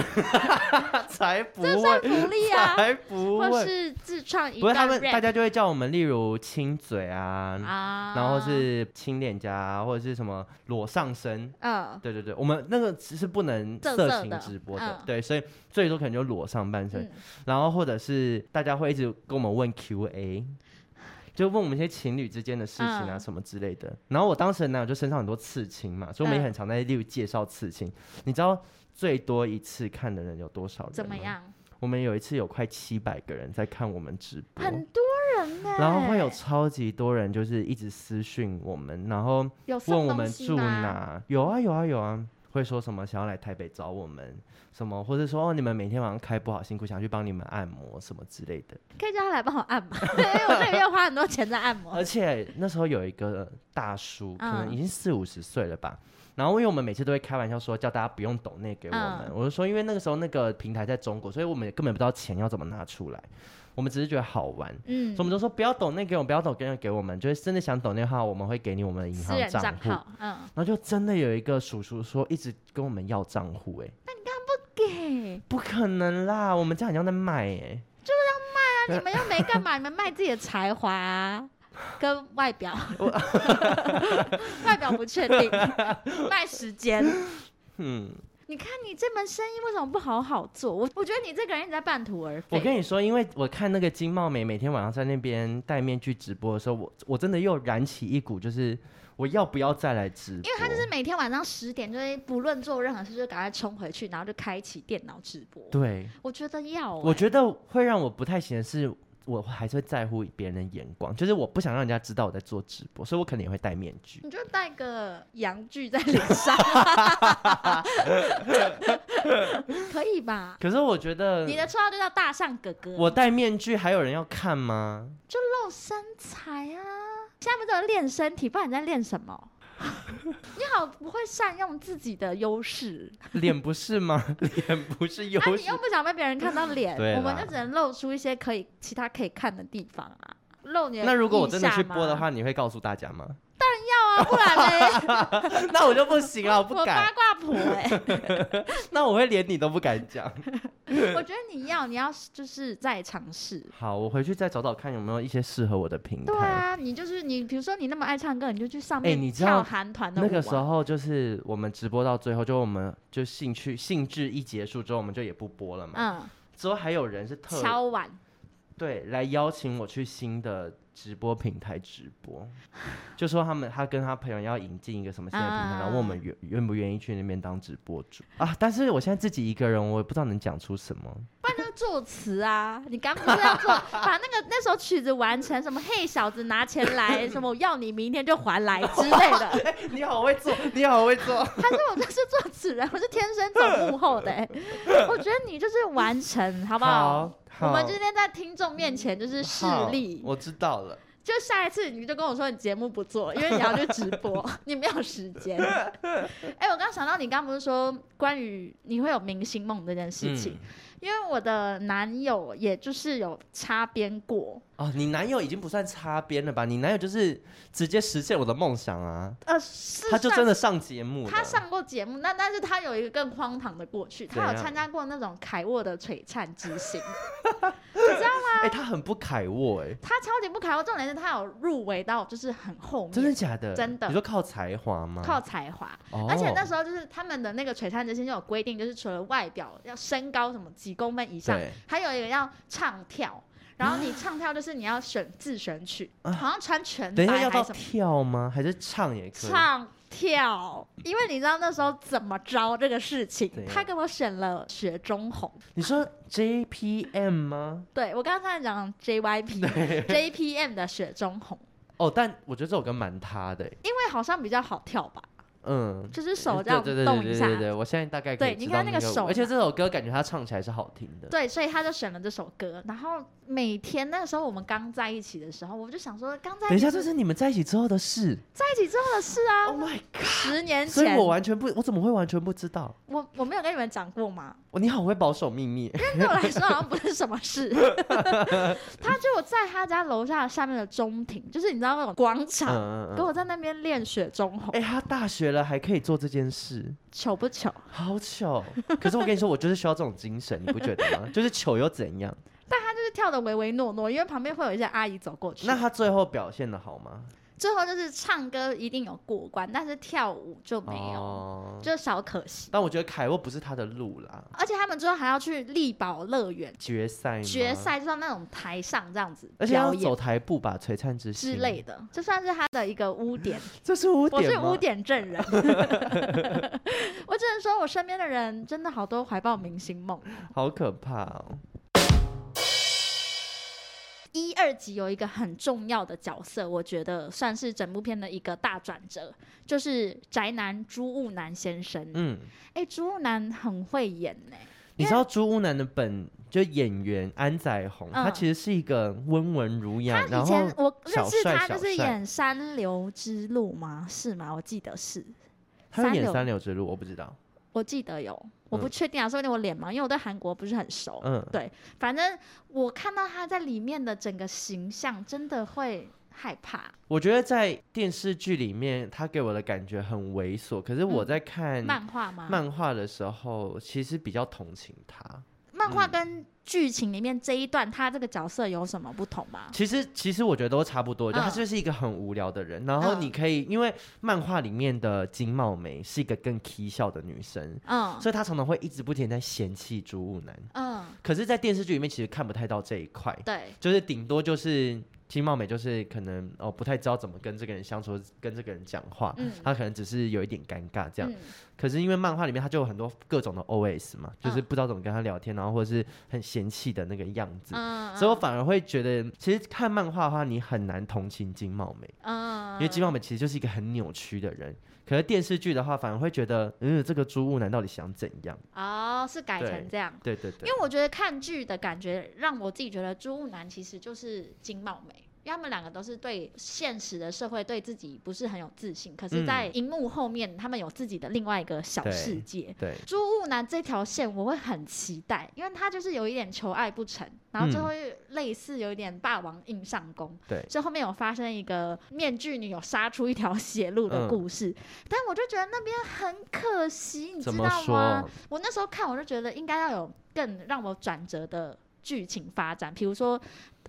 Speaker 1: 才不
Speaker 2: 这算
Speaker 1: 会，
Speaker 2: 福利啊，
Speaker 1: 才哎不
Speaker 2: 或
Speaker 1: 会，
Speaker 2: 是自创一
Speaker 1: 不是
Speaker 2: 段
Speaker 1: 他们
Speaker 2: rap
Speaker 1: 大家就会叫我们，例如亲嘴啊，
Speaker 2: 啊，
Speaker 1: 然后是亲脸颊、啊，或者是什么裸上身。
Speaker 2: 嗯
Speaker 1: 对对对，我们那个是不能
Speaker 2: 色
Speaker 1: 色
Speaker 2: 色
Speaker 1: 情
Speaker 2: 的
Speaker 1: 直播的，
Speaker 2: 嗯
Speaker 1: 对，所以最多可能就裸上半身，
Speaker 2: 嗯，
Speaker 1: 然后或者是大家会一直跟我们问 Q&A，就问我们一些情侣之间的事情啊、
Speaker 2: 嗯
Speaker 1: 什么之类的。然后我当时的男友就身上很多刺青嘛，所以我们也
Speaker 2: 嗯
Speaker 1: 很常在例如介绍刺青。你知道最多一次看的人有多少人？
Speaker 2: 怎么？样？
Speaker 1: 我们有一次有快七百个人在看我们直播，
Speaker 2: 很欸多人呢，
Speaker 1: 嗯然后会有超级多人就是一直私讯我们，然后
Speaker 2: 有
Speaker 1: 问
Speaker 2: 送
Speaker 1: 我
Speaker 2: 东
Speaker 1: 们
Speaker 2: 西
Speaker 1: 住
Speaker 2: 吗？
Speaker 1: 哪？有啊有啊有啊，会说什么想要来台北找我们，什么或者说哦你们每天晚上开播好辛苦，想去帮你们按摩什么之类的。
Speaker 2: 可以叫他来帮我按吗？ 因为我这里面花很多钱在按 摩
Speaker 1: 而。且那时候有一个大叔，可能
Speaker 2: 嗯
Speaker 1: 已经四五十岁了吧。然后，因为我们每次都会开玩笑说叫大家不用抖内给我们，
Speaker 2: 嗯
Speaker 1: 我就说，因为那个时候那个平台在中国，所以我们也根本不知道钱要怎么拿出来，我们只是觉得好玩，所
Speaker 2: 嗯
Speaker 1: 以我们就说不要抖内给我们，不要抖内给我们，就是真的想抖内的话，我们会给你我们的银行
Speaker 2: 私人
Speaker 1: 账
Speaker 2: 账
Speaker 1: 户。
Speaker 2: 号，嗯，
Speaker 1: 然后就真的有一个叔叔说一直跟我们要账户，哎，
Speaker 2: 给
Speaker 1: 不可能啦，我们这样好像在卖哎、
Speaker 2: 你
Speaker 1: 呃
Speaker 2: 们又没干嘛，你们卖自己的才华、啊。跟外 表， 外表不确定，卖时间。
Speaker 1: 嗯，
Speaker 2: 你看你这门生意为什么不好好做？我我觉得你这个人一直在半途而废。
Speaker 1: 我跟你说，因为我看那个金茂美每天晚上在那边戴面具直播的时候，我我真的又燃起一股就是我要不要再来直播？
Speaker 2: 因为他就是每天晚上十点，就是不论做任何事，就赶快冲回去，然后就开启电脑直播。
Speaker 1: 对，
Speaker 2: 我觉得要、欸，
Speaker 1: 我觉得会让我不太行的是。我还是会在乎别人的眼光，就是我不想让人家知道我在做直播，所以我可能也会戴面具。
Speaker 2: 你就戴个洋具在脸 上，可以吧？
Speaker 1: 可是我觉得
Speaker 2: 你的绰号就叫大象哥哥，
Speaker 1: 我戴面具还有人要看吗？
Speaker 2: 就露身材啊！现在不都练身体，不然你在练什么？ 你好，不会善用自己的优势。
Speaker 1: 脸不是吗？ 脸不是优
Speaker 2: 啊，你
Speaker 1: 势
Speaker 2: 又。不想被别人看到脸，
Speaker 1: 对
Speaker 2: 我们
Speaker 1: 啦
Speaker 2: 就只能露出一些可以其他可以看的地方啊。露你的
Speaker 1: 那如果我
Speaker 2: 腋
Speaker 1: 真的
Speaker 2: 下
Speaker 1: 去播的
Speaker 2: 吗
Speaker 1: 话，你会告诉大家吗？
Speaker 2: 要啊，不 然嘞，
Speaker 1: 那我就不行啊，我不
Speaker 2: 我八
Speaker 1: 敢。
Speaker 2: 卦婆哎、
Speaker 1: 那我会连你都不敢讲。
Speaker 2: 我觉得你要，你要就是在尝试。
Speaker 1: 好，我回去再找找看有没有一些适合我的平
Speaker 2: 对
Speaker 1: 台。
Speaker 2: 啊，你就是你，比如说你那么爱唱歌，你就去上
Speaker 1: 哎
Speaker 2: 面、
Speaker 1: 你知道
Speaker 2: 跳韩团的舞、啊。
Speaker 1: 那个时候就是我们直播到最后，就我们就兴趣兴致一结束之后，我们就也不播了嘛。
Speaker 2: 嗯，
Speaker 1: 之后还有人是特
Speaker 2: 敲碗，
Speaker 1: 对，来邀请我去新的直播平台直播，就说他们他跟他朋友要引进一个什么新的平台，然后问我
Speaker 2: 啊
Speaker 1: 们愿愿不愿意去那边当直播主啊。但是我现在自己一个人，我也不知道能讲出什么。
Speaker 2: 不然就是作词啊。你刚不是要做把那个那首曲子完成，什么嘿小子拿钱来，什么我要你明天就还来之类的。
Speaker 1: 你好会做，你好会做。
Speaker 2: 他说我就是作词人，我是天生走幕后的、欸。我觉得你就是完成，好不好？
Speaker 1: 好好
Speaker 2: 我们今天在听众面前就是示
Speaker 1: 好
Speaker 2: 例，
Speaker 1: 我知道了。
Speaker 2: 就下一次你就跟我说你节目不做，因为你要去直播， 你没有时间。哎、我刚想到你刚不是说关于你会有明星梦这件事
Speaker 1: 嗯
Speaker 2: 情，因为我的男友也就是有擦边过，
Speaker 1: 哦，你男友已经不算擦边了吧？你男友就是直接实现我的梦想啊！
Speaker 2: 呃，是
Speaker 1: 他就
Speaker 2: 算
Speaker 1: 真的上节目了，
Speaker 2: 他上过节目，那但是他有一个更荒唐的过去，
Speaker 1: 怎
Speaker 2: 他
Speaker 1: 样
Speaker 2: 有参加过那种凯沃的璀璨之星，啊
Speaker 1: 哎、他很不凯沃哎、
Speaker 2: 他超级不凯沃，重点是他有入围到就是很后面，
Speaker 1: 真的假的？
Speaker 2: 真的
Speaker 1: 你说靠才华吗？
Speaker 2: 靠才华。
Speaker 1: 哦，
Speaker 2: 而且那时候就是他们的那个璀璨之星就有规定，就是除了外表要身高什么几公分以上
Speaker 1: 对，
Speaker 2: 还有一个要唱跳。然后你唱跳就是你要选自选曲，好像穿全
Speaker 1: 啊等
Speaker 2: 白
Speaker 1: 一下要
Speaker 2: 还
Speaker 1: 到
Speaker 2: 是什么
Speaker 1: 跳吗？还是唱也可以？
Speaker 2: 唱跳，因为你知道那时候怎么着这个事情
Speaker 1: 怎，样
Speaker 2: 他给我选了雪中红。
Speaker 1: 你说 JPM 吗？
Speaker 2: 对我刚刚在讲 JYP、JPM 的雪中红，
Speaker 1: 哦，但我觉得这首歌蛮塌的欸，
Speaker 2: 因为好像比较好跳吧，
Speaker 1: 嗯，
Speaker 2: 就是手这
Speaker 1: 对
Speaker 2: 样
Speaker 1: 对对
Speaker 2: 动一
Speaker 1: 对
Speaker 2: 下。
Speaker 1: 对对，我现在大概可以
Speaker 2: 对你
Speaker 1: 知道
Speaker 2: 看那个
Speaker 1: 舞
Speaker 2: 手
Speaker 1: 而且
Speaker 2: 嘛
Speaker 1: 这首歌感觉它唱起来是好听的，
Speaker 2: 对，所以他就选了这首歌。然后每天那个时候我们刚在一起的时候，我就想说，刚在
Speaker 1: 等
Speaker 2: 一
Speaker 1: 一
Speaker 2: 起
Speaker 1: 下，这是你们在一起之后的事
Speaker 2: 在一起之后的事
Speaker 1: ，Oh
Speaker 2: 啊，
Speaker 1: my god！
Speaker 2: 十年
Speaker 1: 所以
Speaker 2: 前
Speaker 1: 我完全不，我怎么会完全不知道？
Speaker 2: 我我没有跟你们讲过吗？
Speaker 1: 哦，你好会保守秘密，
Speaker 2: 但对我来说好像不是什么 事。他就在他家楼下下面的中庭，就是你知道那种广
Speaker 1: 嗯
Speaker 2: 场，
Speaker 1: 嗯
Speaker 2: 给
Speaker 1: 嗯。
Speaker 2: 我在那边练雪中红
Speaker 1: 哎、，他大学了还可以做这件事，
Speaker 2: 糗不糗？
Speaker 1: 好糗。可是我跟你说，我就是需要这种精神，你不觉得吗？就是糗又怎样？
Speaker 2: 但他就是跳的唯唯诺诺，因为旁边会有一些阿姨走过去。
Speaker 1: 那他最后表现的好吗？
Speaker 2: 最后就是唱歌一定有过关，但是跳舞就 没有，
Speaker 1: 哦
Speaker 2: 就少可惜。
Speaker 1: 但我觉得凯沃不是他的路啦，
Speaker 2: 而且他们最后还要去力宝乐园
Speaker 1: 决赛吗
Speaker 2: 决，赛，就像那种台上这样子
Speaker 1: 而且要
Speaker 2: 表演
Speaker 1: 走台步吧，璀璨之星
Speaker 2: 之类，的，这算是他的一个污点。
Speaker 1: 这是 污
Speaker 2: 我
Speaker 1: 点
Speaker 2: 是
Speaker 1: 吗
Speaker 2: 污，点证人， 我只能说我身边的人真的好多怀抱明星梦。
Speaker 1: 好可怕哦！
Speaker 2: 一二集有一个很重要的角色，我觉得算是整部片的一个大转折，就是宅男朱雾男先生。
Speaker 1: 嗯，
Speaker 2: 哎、朱雾男很会演呢、
Speaker 1: 你知道朱乌南的本就演员安宰弘，他
Speaker 2: 嗯
Speaker 1: 其实是一个温文儒雅，
Speaker 2: 以
Speaker 1: 然后
Speaker 2: 前我认
Speaker 1: 小
Speaker 2: 识
Speaker 1: 帅
Speaker 2: 他
Speaker 1: 小
Speaker 2: 就是
Speaker 1: 帅
Speaker 2: 演《三流之路》吗？是吗？我记得是，
Speaker 1: 他有演《
Speaker 2: 三
Speaker 1: 三流之路》，我不知道，
Speaker 2: 我记得有，我不
Speaker 1: 嗯
Speaker 2: 确定啊，说不定我脸盲，因为我对韩国不是很熟。
Speaker 1: 嗯，
Speaker 2: 对，反正我看到他在里面的整个形象，真的会害怕。
Speaker 1: 我觉得在电视剧里面，他给我的感觉很猥琐，可是我
Speaker 2: 嗯
Speaker 1: 在看
Speaker 2: 漫画吗？哦
Speaker 1: 漫画的时候，其实比较同情他。
Speaker 2: 漫画跟剧情里面这一段他这个角色有什么不同吗？
Speaker 1: 其实其实我觉得都差不多，就他
Speaker 2: 嗯
Speaker 1: 就是一个很无聊的人。然后
Speaker 2: 嗯
Speaker 1: 你可以，因为漫画里面的金茂美是一个更 k 笑的女生，
Speaker 2: 嗯
Speaker 1: 所以她常常会一直不停地在嫌弃朱武男。
Speaker 2: 嗯，
Speaker 1: 可是，在电视剧里面其实看不太到这一块，
Speaker 2: 对，
Speaker 1: 就是顶多就是金茂美就是可能哦不太知道怎么跟这个人相处，跟这个人讲话，
Speaker 2: 嗯
Speaker 1: 她可能只是有一点尴尬这样。
Speaker 2: 嗯
Speaker 1: 可是因为漫画里面他就有很多各种的 OS 嘛，就是
Speaker 2: 嗯
Speaker 1: 不知道怎么跟他聊天，然后或者是很嫌弃的那个样子，
Speaker 2: 嗯，
Speaker 1: 所以我反而会觉得，其实看漫画的话，你很难同情金茂美，
Speaker 2: 嗯，
Speaker 1: 因为金茂美其实就是一个很扭曲的人。可是电视剧的话，反而会觉得，嗯，这个朱雾男到底想怎样？
Speaker 2: 哦是改
Speaker 1: 对
Speaker 2: 成这样，
Speaker 1: 对对
Speaker 2: 因
Speaker 1: 对，
Speaker 2: 为我觉得看剧的感觉让我自己觉得朱雾男其实就是金茂美。因为他们两个都是对现实的社会、对自己不是很有自信，可是，
Speaker 1: 嗯
Speaker 2: 在荧幕后面，他们有自己的另外一个小
Speaker 1: 对
Speaker 2: 世界。
Speaker 1: 对，
Speaker 2: 朱雾男这条线我会很期待，因为他就是有一点求爱不成，然后最
Speaker 1: 嗯
Speaker 2: 后又类似有一点霸王硬上弓，
Speaker 1: 对
Speaker 2: 所以后面有发生一个面具女有杀出一条血路的
Speaker 1: 嗯
Speaker 2: 故事，但我就觉得那边很可惜，你
Speaker 1: 怎
Speaker 2: 知
Speaker 1: 么
Speaker 2: 道吗
Speaker 1: 说？？
Speaker 2: 我那时候看我就觉得应该要有更让我转折的剧情发展，比如说。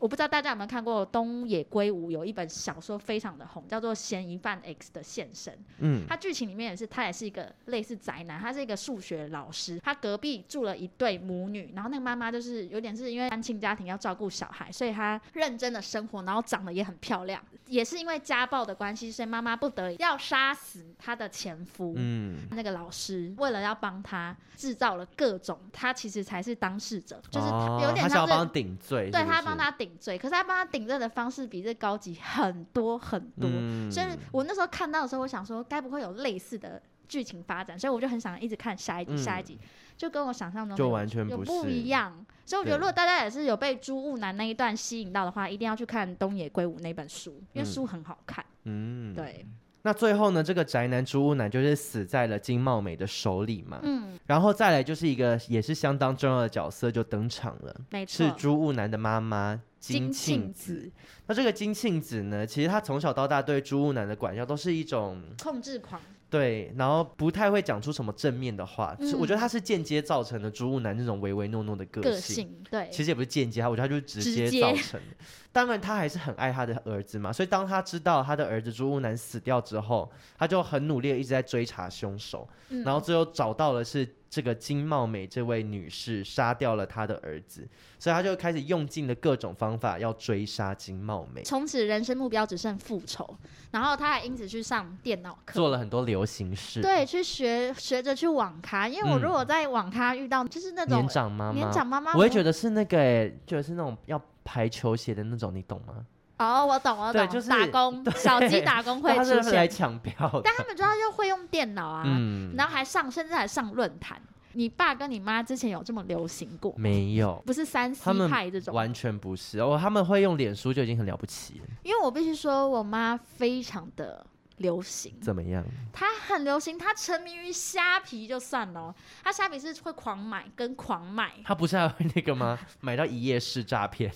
Speaker 2: 我不知道大家有没有看过东野圭吾有一本小说非常的红，叫做《嫌疑犯 X 的现身》。
Speaker 1: 嗯
Speaker 2: 他剧情里面也是，他也是一个类似宅男，他是一个数学老师，他隔壁住了一对母女，然后那个妈妈就是有点是因为单亲家庭要照顾小孩，所以她认真的生活，然后长得也很漂亮，也是因为家暴的关系，所以妈妈不得已要杀死她的前夫。
Speaker 1: 嗯，
Speaker 2: 那个老师为了要帮他，制造了各种，他其实才是当事者，就是他
Speaker 1: 哦
Speaker 2: 有点
Speaker 1: 他想
Speaker 2: 像
Speaker 1: 要
Speaker 2: 是
Speaker 1: 帮他顶罪，
Speaker 2: 对
Speaker 1: 是不
Speaker 2: 他
Speaker 1: 是
Speaker 2: 帮，他顶罪，可是他帮他顶罪的方式比这高级很多很多。
Speaker 1: 嗯
Speaker 2: 所以我那时候看到的时候，我想说，该不会有类似的剧情发展？所以我就很想一直看下一集，
Speaker 1: 嗯
Speaker 2: 下一集就跟我想象中
Speaker 1: 就
Speaker 2: 有
Speaker 1: 完全
Speaker 2: 有
Speaker 1: 不
Speaker 2: 不
Speaker 1: 是
Speaker 2: 一样。所以我觉得，
Speaker 1: 对
Speaker 2: 如果大家也是有被朱雾男那一段吸引到的话，一定要去看东野圭吾那本书，因为
Speaker 1: 嗯
Speaker 2: 书很好看。
Speaker 1: 嗯。
Speaker 2: 对，
Speaker 1: 那最后呢，这个宅男朱雾男就是死在了金茂美的手里嘛。
Speaker 2: 嗯，
Speaker 1: 然后再来就是一个也是相当重要的角色就登场了。
Speaker 2: 没
Speaker 1: 是
Speaker 2: 错。
Speaker 1: 朱雾男的妈妈
Speaker 2: 金
Speaker 1: 金庆
Speaker 2: 庆
Speaker 1: 子
Speaker 2: 子。
Speaker 1: 那这个金庆子呢，其实她从小到大对朱雾男的管教都是一种
Speaker 2: 控制狂，
Speaker 1: 对，然后不太会讲出什么正面的话。
Speaker 2: 嗯
Speaker 1: 是我觉得她是间接造成的朱雾男这种唯唯诺诺的个
Speaker 2: 个性对，
Speaker 1: 其实也不是间接，我觉得他就是直接
Speaker 2: 哎直接
Speaker 1: 造成的。当然，他还是很爱他的儿子嘛，所以当他知道他的儿子朱乌男死掉之后，他就很努力的一直在追查凶手，
Speaker 2: 嗯
Speaker 1: 然后最后找到了是这个金茂美这位女士杀掉了他的儿子，所以他就开始用尽了各种方法要追杀金茂美，
Speaker 2: 从此人生目标只剩复仇，然后他还因此去上电脑课，
Speaker 1: 做了很多流行事。
Speaker 2: 对，去学学着去网咖，因为我
Speaker 1: 嗯
Speaker 2: 如果在网咖遇到就是那种
Speaker 1: 年长妈妈，
Speaker 2: 年长妈妈，
Speaker 1: 我会觉得是那个、欸，就是那种要排球鞋的那种，你懂吗？
Speaker 2: 哦，我懂，我
Speaker 1: 对
Speaker 2: 懂，
Speaker 1: 就是
Speaker 2: 打工小鸡打工 会
Speaker 1: 他
Speaker 2: 出
Speaker 1: 是来
Speaker 2: 现，
Speaker 1: 抢票的
Speaker 2: 但。他们知道又会用电脑啊，
Speaker 1: 嗯，
Speaker 2: 然后还上，甚至还上论坛。你爸跟你妈之前有这么流行过，
Speaker 1: 没有。
Speaker 2: 不是三 C
Speaker 1: 嗯他们
Speaker 2: 派这种？
Speaker 1: 完全不是哦，他们会用脸书就已经很了不起了，
Speaker 2: 因为我必须说，我妈非常的流行，
Speaker 1: 怎么样？
Speaker 2: 她很流行，她沉迷于虾皮就算了哦，她虾皮是会狂买跟狂 卖，
Speaker 1: 他不是还会那个吗？ 买到一夜式诈骗，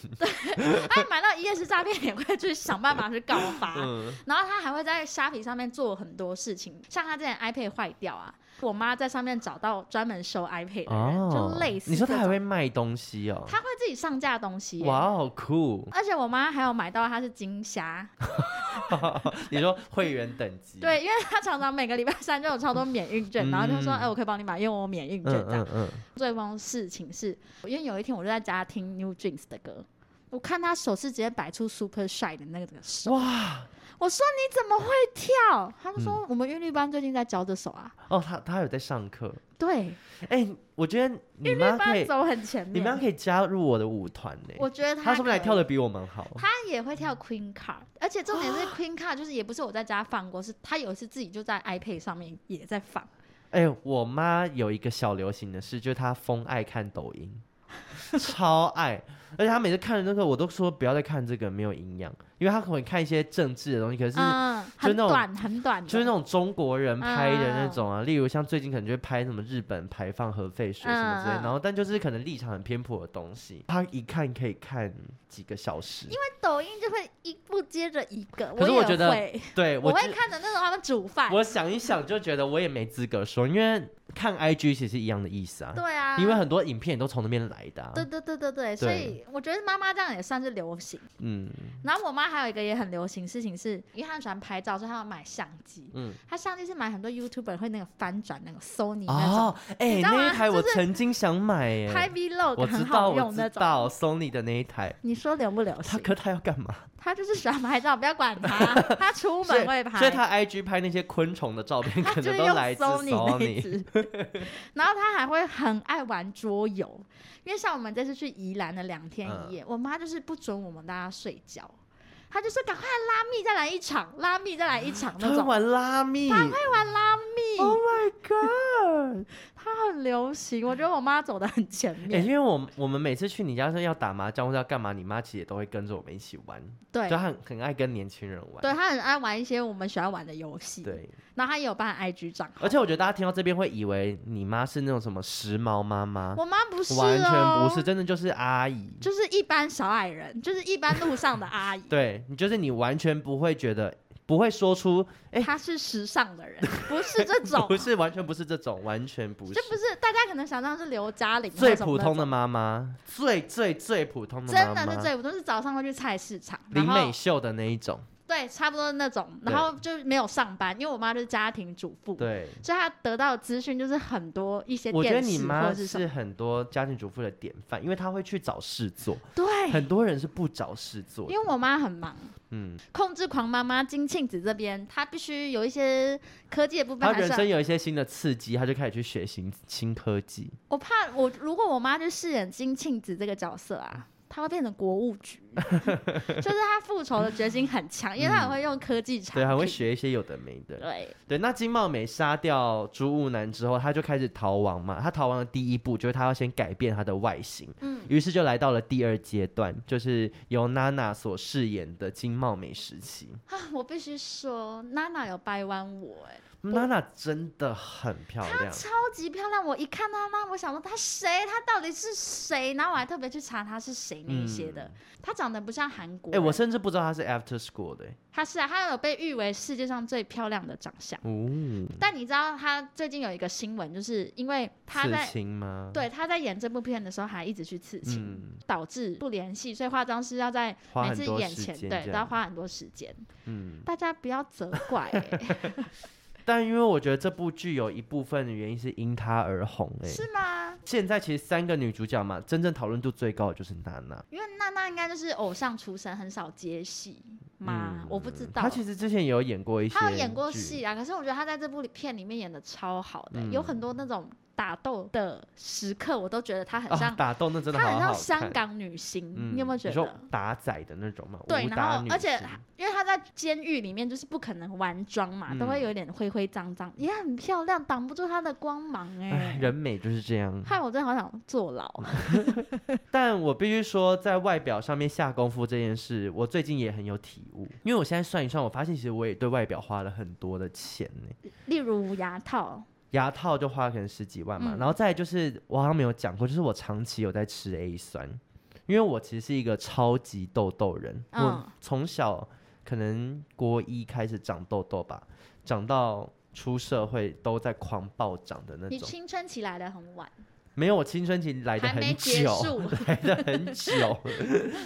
Speaker 2: 她买到一夜式诈骗也会去想办法去告发。
Speaker 1: 嗯，
Speaker 2: 然后他还会在虾皮上面做很多事情，像他之前 iPad 坏掉啊，我妈在上面找到专门修 iPad 的人，就类似
Speaker 1: 哦你说
Speaker 2: 这
Speaker 1: 他还
Speaker 2: 种
Speaker 1: 会卖东西哦？
Speaker 2: 他会自己上架东西耶、
Speaker 1: 哇哦， 酷！
Speaker 2: 而且我妈还有买到她是 金虾，
Speaker 1: 你说会员等级，
Speaker 2: 对，因为她常常每个礼拜三就有超多免运券，然后就说，
Speaker 1: 嗯
Speaker 2: 哎、我可以帮你买，因为我免运券
Speaker 1: 嗯，
Speaker 2: 这样。
Speaker 1: 嗯嗯
Speaker 2: 最疯事情是，因为有一天我就在家听 New Jeans 的歌，我看她手势直接摆出 Super Shy 的那个手，
Speaker 1: 哇
Speaker 2: 我说你怎么会跳？她就说、我们韵律班最近在教这首啊，
Speaker 1: 哦，他他有在上课，
Speaker 2: 对。
Speaker 1: 哎，我觉得你妈可
Speaker 2: 班
Speaker 1: 以，
Speaker 2: 走很前
Speaker 1: 你妈
Speaker 2: 面。
Speaker 1: 可以加入我的舞团呢。
Speaker 2: 我觉得他
Speaker 1: 他是不是还
Speaker 2: 可以
Speaker 1: 跳的比我们好？
Speaker 2: 他也会跳 Queen Card，而且重点是
Speaker 1: 啊
Speaker 2: Queen Card 就是也不是我在家放过，是他有一次自己就在 iPad 上面也在放。
Speaker 1: 哎、我妈有一个小流行的事，就是她疯爱看抖音，超爱，而且她每次看的那个，我都说不要再看这个，没有营养，因为她可能看一些政治的东西，可是
Speaker 2: 嗯，很
Speaker 1: 那种
Speaker 2: 短很短的，
Speaker 1: 就是那种中国人拍的
Speaker 2: 嗯
Speaker 1: 那种啊，例如像最近可能就会拍什么日本排放核废水什么之类
Speaker 2: 嗯嗯
Speaker 1: 的，然后但就是可能立场很偏颇的东西，她一看可以看几个小时，因为
Speaker 2: 抖音就会一步接着一个。
Speaker 1: 可是
Speaker 2: 我
Speaker 1: 我
Speaker 2: 也
Speaker 1: 觉得
Speaker 2: 会
Speaker 1: 对
Speaker 2: 我
Speaker 1: 我
Speaker 2: 会
Speaker 1: 知
Speaker 2: 看着那种他们煮饭，
Speaker 1: 我想一想就觉得我也没资格说，因为看 IG 其实是一样的意思啊，
Speaker 2: 对啊，
Speaker 1: 因为很多影片也都从那边来的、啊。
Speaker 2: 对对对对对，所以我觉得妈妈这样也算是流行。
Speaker 1: 嗯
Speaker 2: 然后我妈还有一个也很流行的事情是，因为她很喜欢拍照，所以她要买相机。
Speaker 1: 嗯。
Speaker 2: 她相机是买很多 YouTuber 会那个翻转那个 Sony 那种，
Speaker 1: 哦，哎、
Speaker 2: 你知道
Speaker 1: 那一
Speaker 2: 吗
Speaker 1: 台
Speaker 2: 就
Speaker 1: 我
Speaker 2: 是
Speaker 1: 曾经想买耶、
Speaker 2: 拍 Vlog
Speaker 1: 我知
Speaker 2: 很
Speaker 1: 道，
Speaker 2: 好
Speaker 1: 我
Speaker 2: 用那
Speaker 1: 知
Speaker 2: 种。
Speaker 1: 道，Sony 的那一台，
Speaker 2: 你说流不流
Speaker 1: 他
Speaker 2: 行？
Speaker 1: 可他要干嘛？
Speaker 2: 她就是喜欢拍照，不要 管她，她出
Speaker 1: 所以
Speaker 2: 门会拍。
Speaker 1: 所以他 IG 拍那些昆虫的照片，
Speaker 2: 他
Speaker 1: 可
Speaker 2: 就是
Speaker 1: 能
Speaker 2: 用
Speaker 1: 都来自
Speaker 2: Sony 那一
Speaker 1: Sony。
Speaker 2: 只，然后他还会很爱玩桌游，因为像我们这次去宜兰的两天一
Speaker 1: 嗯
Speaker 2: 夜，我妈就是不准我们大家睡觉，她就说赶快拉密再来一场，拉密再来一场
Speaker 1: 他
Speaker 2: 那
Speaker 1: 会
Speaker 2: 种。
Speaker 1: 玩拉密
Speaker 2: 她会玩拉密，
Speaker 1: ，Oh my god！
Speaker 2: 她很流行，我觉得我妈走的很前
Speaker 1: 哎、因
Speaker 2: 面。
Speaker 1: 为我我们每次去你家说要打麻将或者要干嘛，你妈其实也都会跟着我们一起玩，
Speaker 2: 对
Speaker 1: 就她很很爱跟年轻人玩。
Speaker 2: 对，她很爱玩一些我们喜欢玩的游戏。，
Speaker 1: 对，
Speaker 2: 然后她也有办 IG 账号
Speaker 1: 而。且我觉得大家听到这边会以为你妈是那种什么时髦妈妈，
Speaker 2: 我妈不是、哦，
Speaker 1: 完全不是，，真的就是阿姨。。
Speaker 2: 就是一般小矮人，就是一般路上的阿姨
Speaker 1: 对你就是你完全不会觉得，不会说出哎
Speaker 2: 她是时尚的人， 不是这种，
Speaker 1: 不是，完全不是这种，完全不是
Speaker 2: 这。不是大家可能想象是刘嘉玲
Speaker 1: 最
Speaker 2: 或什么
Speaker 1: 普通的
Speaker 2: 那种，
Speaker 1: 妈妈，最最最普通的妈
Speaker 2: 真
Speaker 1: 妈，
Speaker 2: 的是最普通，是早上会去菜市场，然
Speaker 1: 林
Speaker 2: 后
Speaker 1: 美秀的那一种，
Speaker 2: 对，差不多那种，
Speaker 1: 对
Speaker 2: 然后就没有上班，因为我妈就是家庭主妇，，
Speaker 1: 对。
Speaker 2: 所以她得到的资讯就是很多一些
Speaker 1: 我觉得
Speaker 2: 电
Speaker 1: 你
Speaker 2: 视或
Speaker 1: 妈
Speaker 2: 者是什
Speaker 1: 是
Speaker 2: 么，
Speaker 1: 很多家庭主妇的典范，因为她会去找事做，
Speaker 2: 对，
Speaker 1: 很多人是不找事做的。
Speaker 2: 哎因为我妈很忙，
Speaker 1: 嗯，
Speaker 2: 控制狂妈妈金庆子这边，她必须有一些科技的部分，
Speaker 1: 她
Speaker 2: 还
Speaker 1: 人
Speaker 2: 是啊
Speaker 1: 生
Speaker 2: 要
Speaker 1: 有一些新的刺激，她就开始去学新新科技。
Speaker 2: 我怕我如果我妈就饰演金庆子这个角色啊。她会变成国务 局，就是她复仇的决心很强，因为她嗯很会用科技产品，
Speaker 1: 对，还会学一些有的没的。
Speaker 2: 对，
Speaker 1: 对，那金茂美杀掉朱雾男之后，她就开始逃亡嘛。她逃亡的第一步就是她要先改变她的外形，
Speaker 2: 嗯，
Speaker 1: 于是就来到了第二阶段，就是由娜娜所饰演的金茂美时期。
Speaker 2: 啊，我必须说，娜娜有掰弯我、哎，
Speaker 1: 娜娜真的很漂亮，
Speaker 2: 超级漂亮。我一看到她，我想说她谁？她到底是谁？然后我还特别去查她是谁那一些的。她长得不像韩国
Speaker 1: 哎、
Speaker 2: 人，
Speaker 1: 我甚至不知道她是 After School 的、欸。
Speaker 2: 她是啊，她有被誉为世界上最漂亮的长相。
Speaker 1: 哦，
Speaker 2: 但你知道她最近有一个新闻，就是因为她
Speaker 1: 哦刺
Speaker 2: 在
Speaker 1: 青吗？，
Speaker 2: 对她在演这部片的时候还一直去刺青，
Speaker 1: 嗯
Speaker 2: 导致不联系，所以化妆师要在
Speaker 1: 花
Speaker 2: 每
Speaker 1: 很
Speaker 2: 次
Speaker 1: 多
Speaker 2: 演
Speaker 1: 时
Speaker 2: 前
Speaker 1: 间
Speaker 2: 对
Speaker 1: 这
Speaker 2: 都要
Speaker 1: 样。
Speaker 2: 花很多时间。
Speaker 1: 嗯，
Speaker 2: 大家不要责怪、 哎
Speaker 1: 但因为我觉得这部剧有一部分的原因是因她而红、欸，
Speaker 2: 是吗？
Speaker 1: 现在其实三个女主角嘛，真正讨论度最高的就是娜娜
Speaker 2: 因为娜娜应该就是偶像出身，很少接戏嘛，我不知道。
Speaker 1: 她其实之前也有演嗯过一些，
Speaker 2: 她有演过，戏啊，可是我觉得她在这部片里面演的超好的、
Speaker 1: 嗯
Speaker 2: 有很多那种打斗的时刻，我都觉得她很
Speaker 1: 哦
Speaker 2: 像，，
Speaker 1: 打斗那真的
Speaker 2: 她
Speaker 1: 好
Speaker 2: 很
Speaker 1: 好
Speaker 2: 像
Speaker 1: 看
Speaker 2: 香，港女星，
Speaker 1: 嗯
Speaker 2: 你有没有觉
Speaker 1: 说
Speaker 2: 得？
Speaker 1: 打仔的那种嘛？
Speaker 2: 对
Speaker 1: 武，
Speaker 2: 然
Speaker 1: 打
Speaker 2: 后
Speaker 1: 女
Speaker 2: 而且
Speaker 1: 星
Speaker 2: 因为她在监狱里面就是不可能完妆嘛，都会
Speaker 1: 嗯
Speaker 2: 有点灰灰脏脏，也很漂亮，挡不住她的光芒哎、
Speaker 1: 哎，人美就是这样。
Speaker 2: 害我真的好想坐牢。啊
Speaker 1: 但我必须说，在外表上面下功夫这件事，我最近也很有体悟。因为我现在算一算，我发现其实我也对外表花了很多的钱呢。
Speaker 2: 例如牙套，
Speaker 1: 牙套就花了可能十几万嘛，
Speaker 2: 嗯
Speaker 1: 然后再来就是我好像没有讲过，就是我长期有在吃 A 酸，因为我其实是一个超级痘痘人，
Speaker 2: 嗯
Speaker 1: 我从小可能国一开始长痘痘吧，长到出社会都在狂暴涨的那
Speaker 2: 你
Speaker 1: 种。
Speaker 2: 青春期来的很晚，
Speaker 1: 没有，我青春期来的
Speaker 2: 还
Speaker 1: 很
Speaker 2: 没结
Speaker 1: 久，
Speaker 2: 束。
Speaker 1: 来的很久，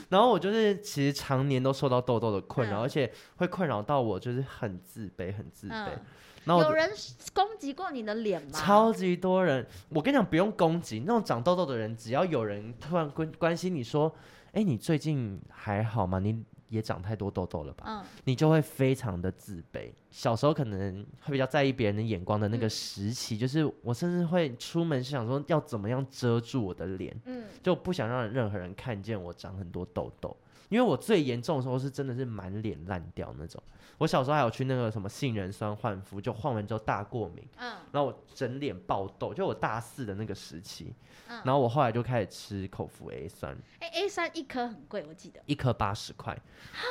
Speaker 1: 然后我就是其实常年都受到痘痘的困扰，
Speaker 2: 嗯
Speaker 1: 而且会困扰到我就是很自卑，很自卑。
Speaker 2: 嗯
Speaker 1: 然后
Speaker 2: 有
Speaker 1: 我
Speaker 2: 人攻击过你的脸吗？
Speaker 1: 超级多人，我跟你讲不用攻击，那种长痘痘的人，只要有人突然关关心你说，哎、你最近还好吗？你也长太多痘痘了吧？
Speaker 2: 嗯，
Speaker 1: 你就会非常的自卑。小时候可能会比较在意别人的眼光的那个
Speaker 2: 嗯
Speaker 1: 时期，就是我甚至会出门是想说要怎么样遮住我的脸。
Speaker 2: 嗯，
Speaker 1: 就不想让任何人看见我长很多痘痘。因为我最严重的时候是真的是满脸烂掉那种。我小时候还有去那个什么杏仁酸换肤，就换完之后大过敏，
Speaker 2: 嗯
Speaker 1: 然后我整脸爆痘，就我大四的那个时期。
Speaker 2: 嗯
Speaker 1: 然后我后来就开始吃口服 A 酸，
Speaker 2: 哎、a 三一颗很贵，我记得。
Speaker 1: 一颗八十块，好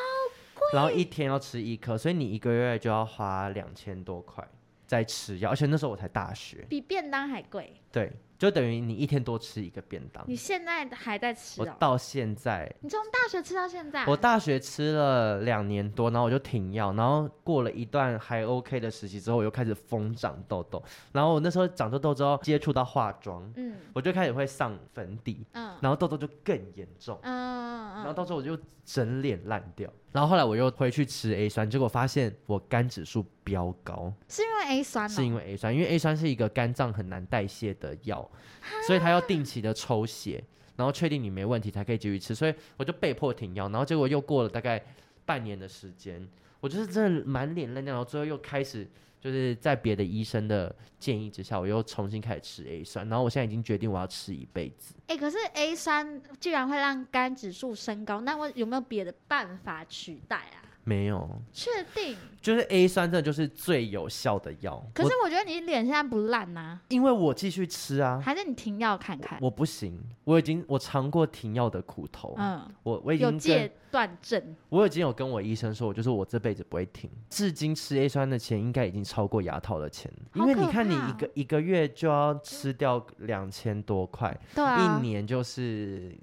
Speaker 1: 贵。然后一天要吃一颗，所以你一个月就要花两千多块在吃药，而且那时候我才大学，
Speaker 2: 比便当还贵，
Speaker 1: 对，就等于你一天多吃一个便当
Speaker 2: 你。现在还在吃
Speaker 1: 我
Speaker 2: 哦？
Speaker 1: 到现在，
Speaker 2: 你从大学吃到现在？
Speaker 1: 我大学吃了两年多，然后我就停药，然后过了一段还 OK 的时期之后，我又开始疯长痘痘。然后我那时候长痘痘之后，接触到化妆，
Speaker 2: 嗯
Speaker 1: 我就开始会上粉底，
Speaker 2: 嗯
Speaker 1: 然后痘痘就更严重。
Speaker 2: 嗯
Speaker 1: 然后到时候我就整脸烂掉，然后后来我又回去吃 A 酸，结果发现我肝指数飙高，
Speaker 2: 是因为 A 酸
Speaker 1: 是因
Speaker 2: 哦，
Speaker 1: 为 A 酸，因为 A 酸是一个肝脏很难代谢的药，所以它要定期的抽血，然后确定你没问题才可以继续吃，所以我就被迫停药，然后结果又过了大概半年的时间，我就是真的满脸烂掉，然后最后又开始就是在别的医生的建议之下，我又重新开始吃 A 酸，然后我现在已经决定我要吃一辈子。
Speaker 2: 哎、可是 A 酸居然会让肝指数升高，那我有没有别的办法取代啊？
Speaker 1: 没有，
Speaker 2: 确定？
Speaker 1: 就是 A 酸真的就是最有效的药。
Speaker 2: 可
Speaker 1: 我
Speaker 2: 是我觉得你脸现在不烂呐、
Speaker 1: 因为我继续吃啊，
Speaker 2: 还是你停药看看。
Speaker 1: 我不行，我已经我尝过停药的苦头，
Speaker 2: 嗯，
Speaker 1: 我我已
Speaker 2: 有
Speaker 1: 经
Speaker 2: 戒
Speaker 1: 跟
Speaker 2: 断症，
Speaker 1: 我已经有跟我医生说，我就是我这辈子不会停，至今吃 A 酸的钱应该已经超过牙套的钱，因
Speaker 2: 好
Speaker 1: 为你
Speaker 2: 可
Speaker 1: 看你
Speaker 2: 怕
Speaker 1: 一个一个月就要吃掉两千多块，
Speaker 2: 对
Speaker 1: 一
Speaker 2: 啊，
Speaker 1: 年就是。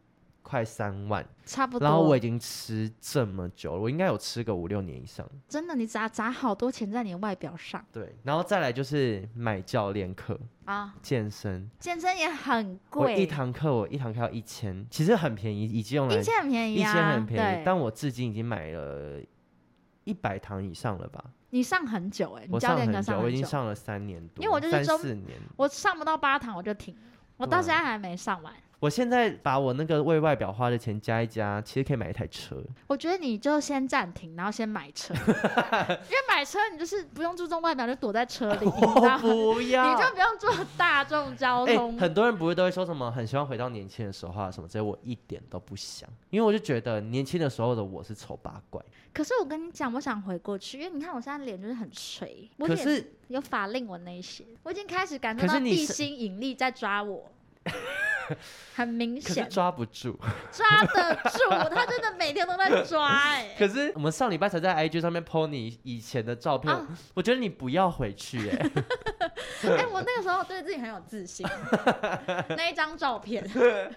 Speaker 1: 快三万，
Speaker 2: 差不多。
Speaker 1: 然后我已经吃这么久了，我应该有吃个五六年以上。
Speaker 2: 真的，你砸砸好多钱在你的外表上
Speaker 1: 对，然后再来就是买教练课、
Speaker 2: 啊！
Speaker 1: 健身，
Speaker 2: 健身也很
Speaker 1: 我
Speaker 2: 贵，
Speaker 1: 一堂课我一堂课要一千，其实很便宜，以及用来
Speaker 2: 一千很便宜
Speaker 1: 一
Speaker 2: 啊，
Speaker 1: 千很便宜，
Speaker 2: 对
Speaker 1: 但我至今已经买了一百堂以上了吧？
Speaker 2: 你上很久哎、你
Speaker 1: 我
Speaker 2: 教
Speaker 1: 上
Speaker 2: 练
Speaker 1: 很
Speaker 2: 课
Speaker 1: 久，我已
Speaker 2: 很
Speaker 1: 经
Speaker 2: 久，
Speaker 1: 上了三年多，
Speaker 2: 因为我就是
Speaker 1: 三
Speaker 2: 中
Speaker 1: 四年。
Speaker 2: 我上不到八堂我就停，我到现在还没上完。
Speaker 1: 我现在把我那个为外表花的钱加一加，其实可以买一台车。
Speaker 2: 我觉得你就先暂停，然后先 买车，因为买车你就是不用注重外表，就躲在车 里，你知道
Speaker 1: 我
Speaker 2: 吗？
Speaker 1: 不要
Speaker 2: 你。就不用坐大众交
Speaker 1: 哎、
Speaker 2: 通。
Speaker 1: 很多人不是都会说什么很希望回到年轻的时候啊什么这些，我一点都不想，因为我就觉得年轻的时候的我是丑八怪，
Speaker 2: 可是我跟你讲，我想回过去，因为你看我现在脸就是很垂，我
Speaker 1: 可
Speaker 2: 脸
Speaker 1: 是
Speaker 2: 有法令纹那一些，我已经开始感受
Speaker 1: 可
Speaker 2: 到
Speaker 1: 是你
Speaker 2: 地
Speaker 1: 是
Speaker 2: 心引力在 抓我，很明
Speaker 1: 可是
Speaker 2: 显
Speaker 1: 抓不住。
Speaker 2: 抓得住，他真的每天都 在抓哎、
Speaker 1: 可是我们上礼拜才在 IG 上面 po 你以前的照片，
Speaker 2: 啊
Speaker 1: 我觉得你不要回去 哎、
Speaker 2: 哎、我那个时候对自己很有自 信，那一张照片， 可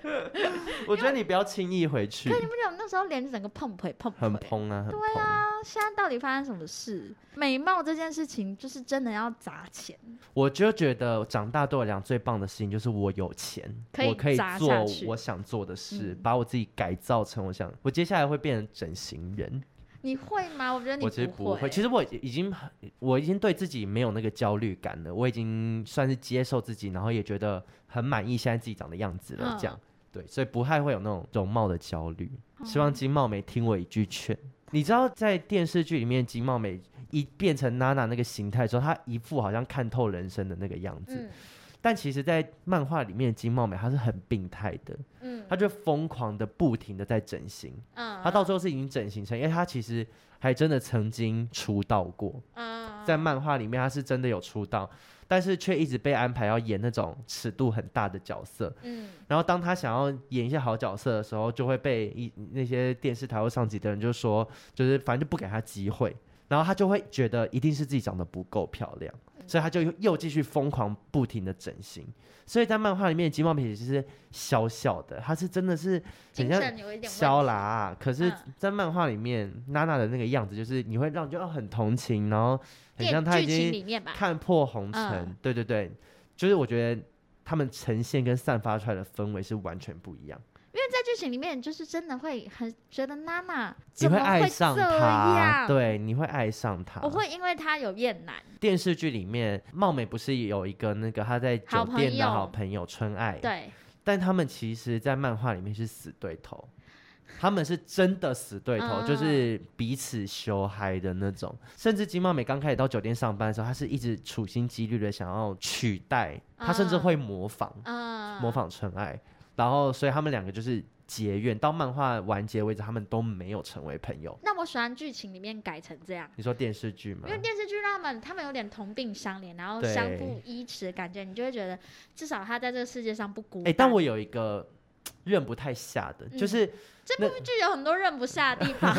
Speaker 1: 我觉得你不要轻易回去，
Speaker 2: 你不觉得我那时候脸整个碰腿哦碰
Speaker 1: 很
Speaker 2: 腿？
Speaker 1: 蓬啊，很蓬。
Speaker 2: 对啊，现在到底发生什么事？美貌这件事情就是真的要砸钱，
Speaker 1: 我就觉得长大对我来讲最棒的事情就是我有钱，
Speaker 2: 可以
Speaker 1: 我可以
Speaker 2: 砸
Speaker 1: 做
Speaker 2: 下去
Speaker 1: 我想做的事，
Speaker 2: 嗯
Speaker 1: 把我自己改造成我想。我接下来会变成整形人，
Speaker 2: 你会吗？我觉得你
Speaker 1: 我其实
Speaker 2: 不
Speaker 1: 会。其实我已经很，我已经对自己没有那个焦虑感了，我已经算是接受自己，然后也觉得很满意现在自己长的样子了。
Speaker 2: 嗯嗯
Speaker 1: 这样对，所以不太会有那种容貌的焦虑。希望金茂美听我一句劝。你知道，在电视剧里面，金茂美一变成娜娜那个形态之后，她一副好像看透人生的那个样子。
Speaker 2: 嗯
Speaker 1: 但其实，在漫画里面，金茂美她是很病态的，
Speaker 2: 嗯
Speaker 1: 她就疯狂的、不停的在整形。
Speaker 2: 嗯，
Speaker 1: 她到最后是已经整形成，因为她其实还真的曾经出道过，
Speaker 2: 嗯
Speaker 1: 在漫画里面她是真的有出道，但是却一直被安排要演那种尺度很大的角色。
Speaker 2: 嗯
Speaker 1: 然后当她想要演一些好角色的时候，就会被一那些电视台或上级的人就说，就是反正就不给她机会。然后她就会觉得一定是自己长得不够漂亮，所以她就又又继续疯狂不停的整形。所以在漫画里面，金茂平其实是小小的，她是真的是很
Speaker 2: 精
Speaker 1: 像
Speaker 2: 神有一点
Speaker 1: 肖
Speaker 2: 问
Speaker 1: 啦、
Speaker 2: 题
Speaker 1: 可是
Speaker 2: 嗯，
Speaker 1: 在漫画里面，娜娜的那个样子就是你会让你觉得很同情，然后很像
Speaker 2: 电
Speaker 1: 她已
Speaker 2: 剧情
Speaker 1: 经
Speaker 2: 里面吧，
Speaker 1: 看破红尘。
Speaker 2: 嗯
Speaker 1: 对对对，就是我觉得他们呈现跟散发出来的氛围是完全不一样。
Speaker 2: 因为在剧情里面就是真的会很觉得娜娜
Speaker 1: 你
Speaker 2: 怎么
Speaker 1: 爱上
Speaker 2: 这样
Speaker 1: 他，，对，啊你会爱上他。
Speaker 2: 我会因为她有厌男，
Speaker 1: 电视剧里面，貌美不是有一个那个她在酒
Speaker 2: 好朋
Speaker 1: 店的
Speaker 2: 友
Speaker 1: 好朋友春爱，
Speaker 2: 对，
Speaker 1: 但他们其实，在漫画里面是死对头，他们是真的死对头，
Speaker 2: 嗯
Speaker 1: 就是彼此羞嗨的那种。甚至金茂美刚开始到酒店上班的时候，她是一直处心积虑的想要取代，她甚至
Speaker 2: 嗯
Speaker 1: 会模仿、
Speaker 2: 嗯，
Speaker 1: 模仿纯爱，然后所以他们两个就是结怨，到漫画完结为止，他们都没有成为朋友。
Speaker 2: 那我喜欢剧情里面改成这样，
Speaker 1: 你说电视剧吗
Speaker 2: 因？为电视剧让他们他们有点同病相怜，然后
Speaker 1: 对
Speaker 2: 相互依持的感觉，你就会觉得至少他在这个世界上不孤
Speaker 1: 哎、
Speaker 2: 单。
Speaker 1: 但我有一个认不太下的，
Speaker 2: 嗯
Speaker 1: 就是
Speaker 2: 这部剧有很多认不下的地方，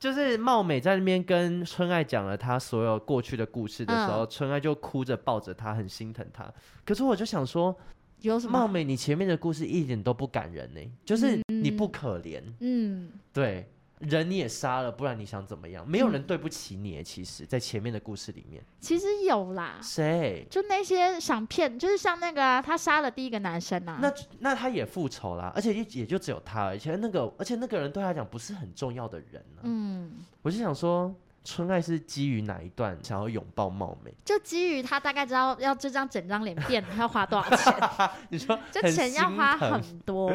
Speaker 1: 就是貌美在那边跟春爱讲了她所有
Speaker 2: 嗯
Speaker 1: 过去的故事的时候，春爱就哭着抱着她，很心疼她。可是我就想说，
Speaker 2: 有什
Speaker 1: 貌
Speaker 2: 么？
Speaker 1: 美，你前面的故事一点都不感人呢、就是你不可怜，
Speaker 2: 嗯，
Speaker 1: 对，人你也杀了，不然你想怎么样？没有人对不起你耶，其实，在前面的故事里面，
Speaker 2: 其实有啦，
Speaker 1: 谁？
Speaker 2: 就那些想骗，就是像那个啊，他杀了第一个男生啊，
Speaker 1: 那那他也复仇啦，而且也也就只有他，而且那个而且那个人对他来讲不是很重要的人、啊、
Speaker 2: 嗯，
Speaker 1: 我就想说，春爱是基于哪一段想要拥抱貌美？
Speaker 2: 就基于他大概知道要这张整张脸变要花多少 钱，
Speaker 1: 你说
Speaker 2: 嗯就
Speaker 1: 很
Speaker 2: 钱要
Speaker 1: 心
Speaker 2: 花
Speaker 1: 疼
Speaker 2: 很多。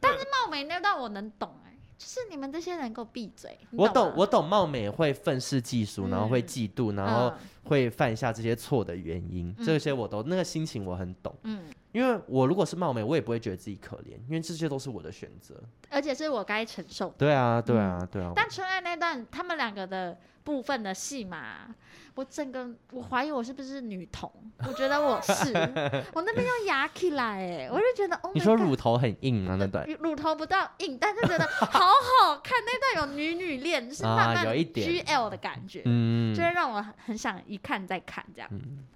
Speaker 2: 但是貌美那段我能懂哎、就是你们这些人给我闭嘴，你
Speaker 1: 我
Speaker 2: 懂
Speaker 1: 懂
Speaker 2: 吗，
Speaker 1: 我懂貌美会愤世嫉俗，然后会
Speaker 2: 嗯
Speaker 1: 嫉妒，然后
Speaker 2: 嗯
Speaker 1: 会犯下这些错的原因，
Speaker 2: 嗯
Speaker 1: 这些我都那个心情我很懂。
Speaker 2: 嗯，
Speaker 1: 因为我如果是貌美，我也不会觉得自己可怜，因为这些都是我的选择。
Speaker 2: 而且是我该承受的。
Speaker 1: 对啊，对啊，对啊。
Speaker 2: 嗯但春爱那段他们两个的部分的戏嘛，我整个我怀疑我是不是女童，我觉得我是，我那边要压起来哎、我就觉得哦，
Speaker 1: 你说乳头很硬啊，那段
Speaker 2: 乳头不到硬，但是觉 得好好看，那段有女女恋，就是
Speaker 1: 啊
Speaker 2: 慢慢
Speaker 1: 有一点
Speaker 2: GL 的感觉，
Speaker 1: 嗯
Speaker 2: 就，会让我很想一看再看这样。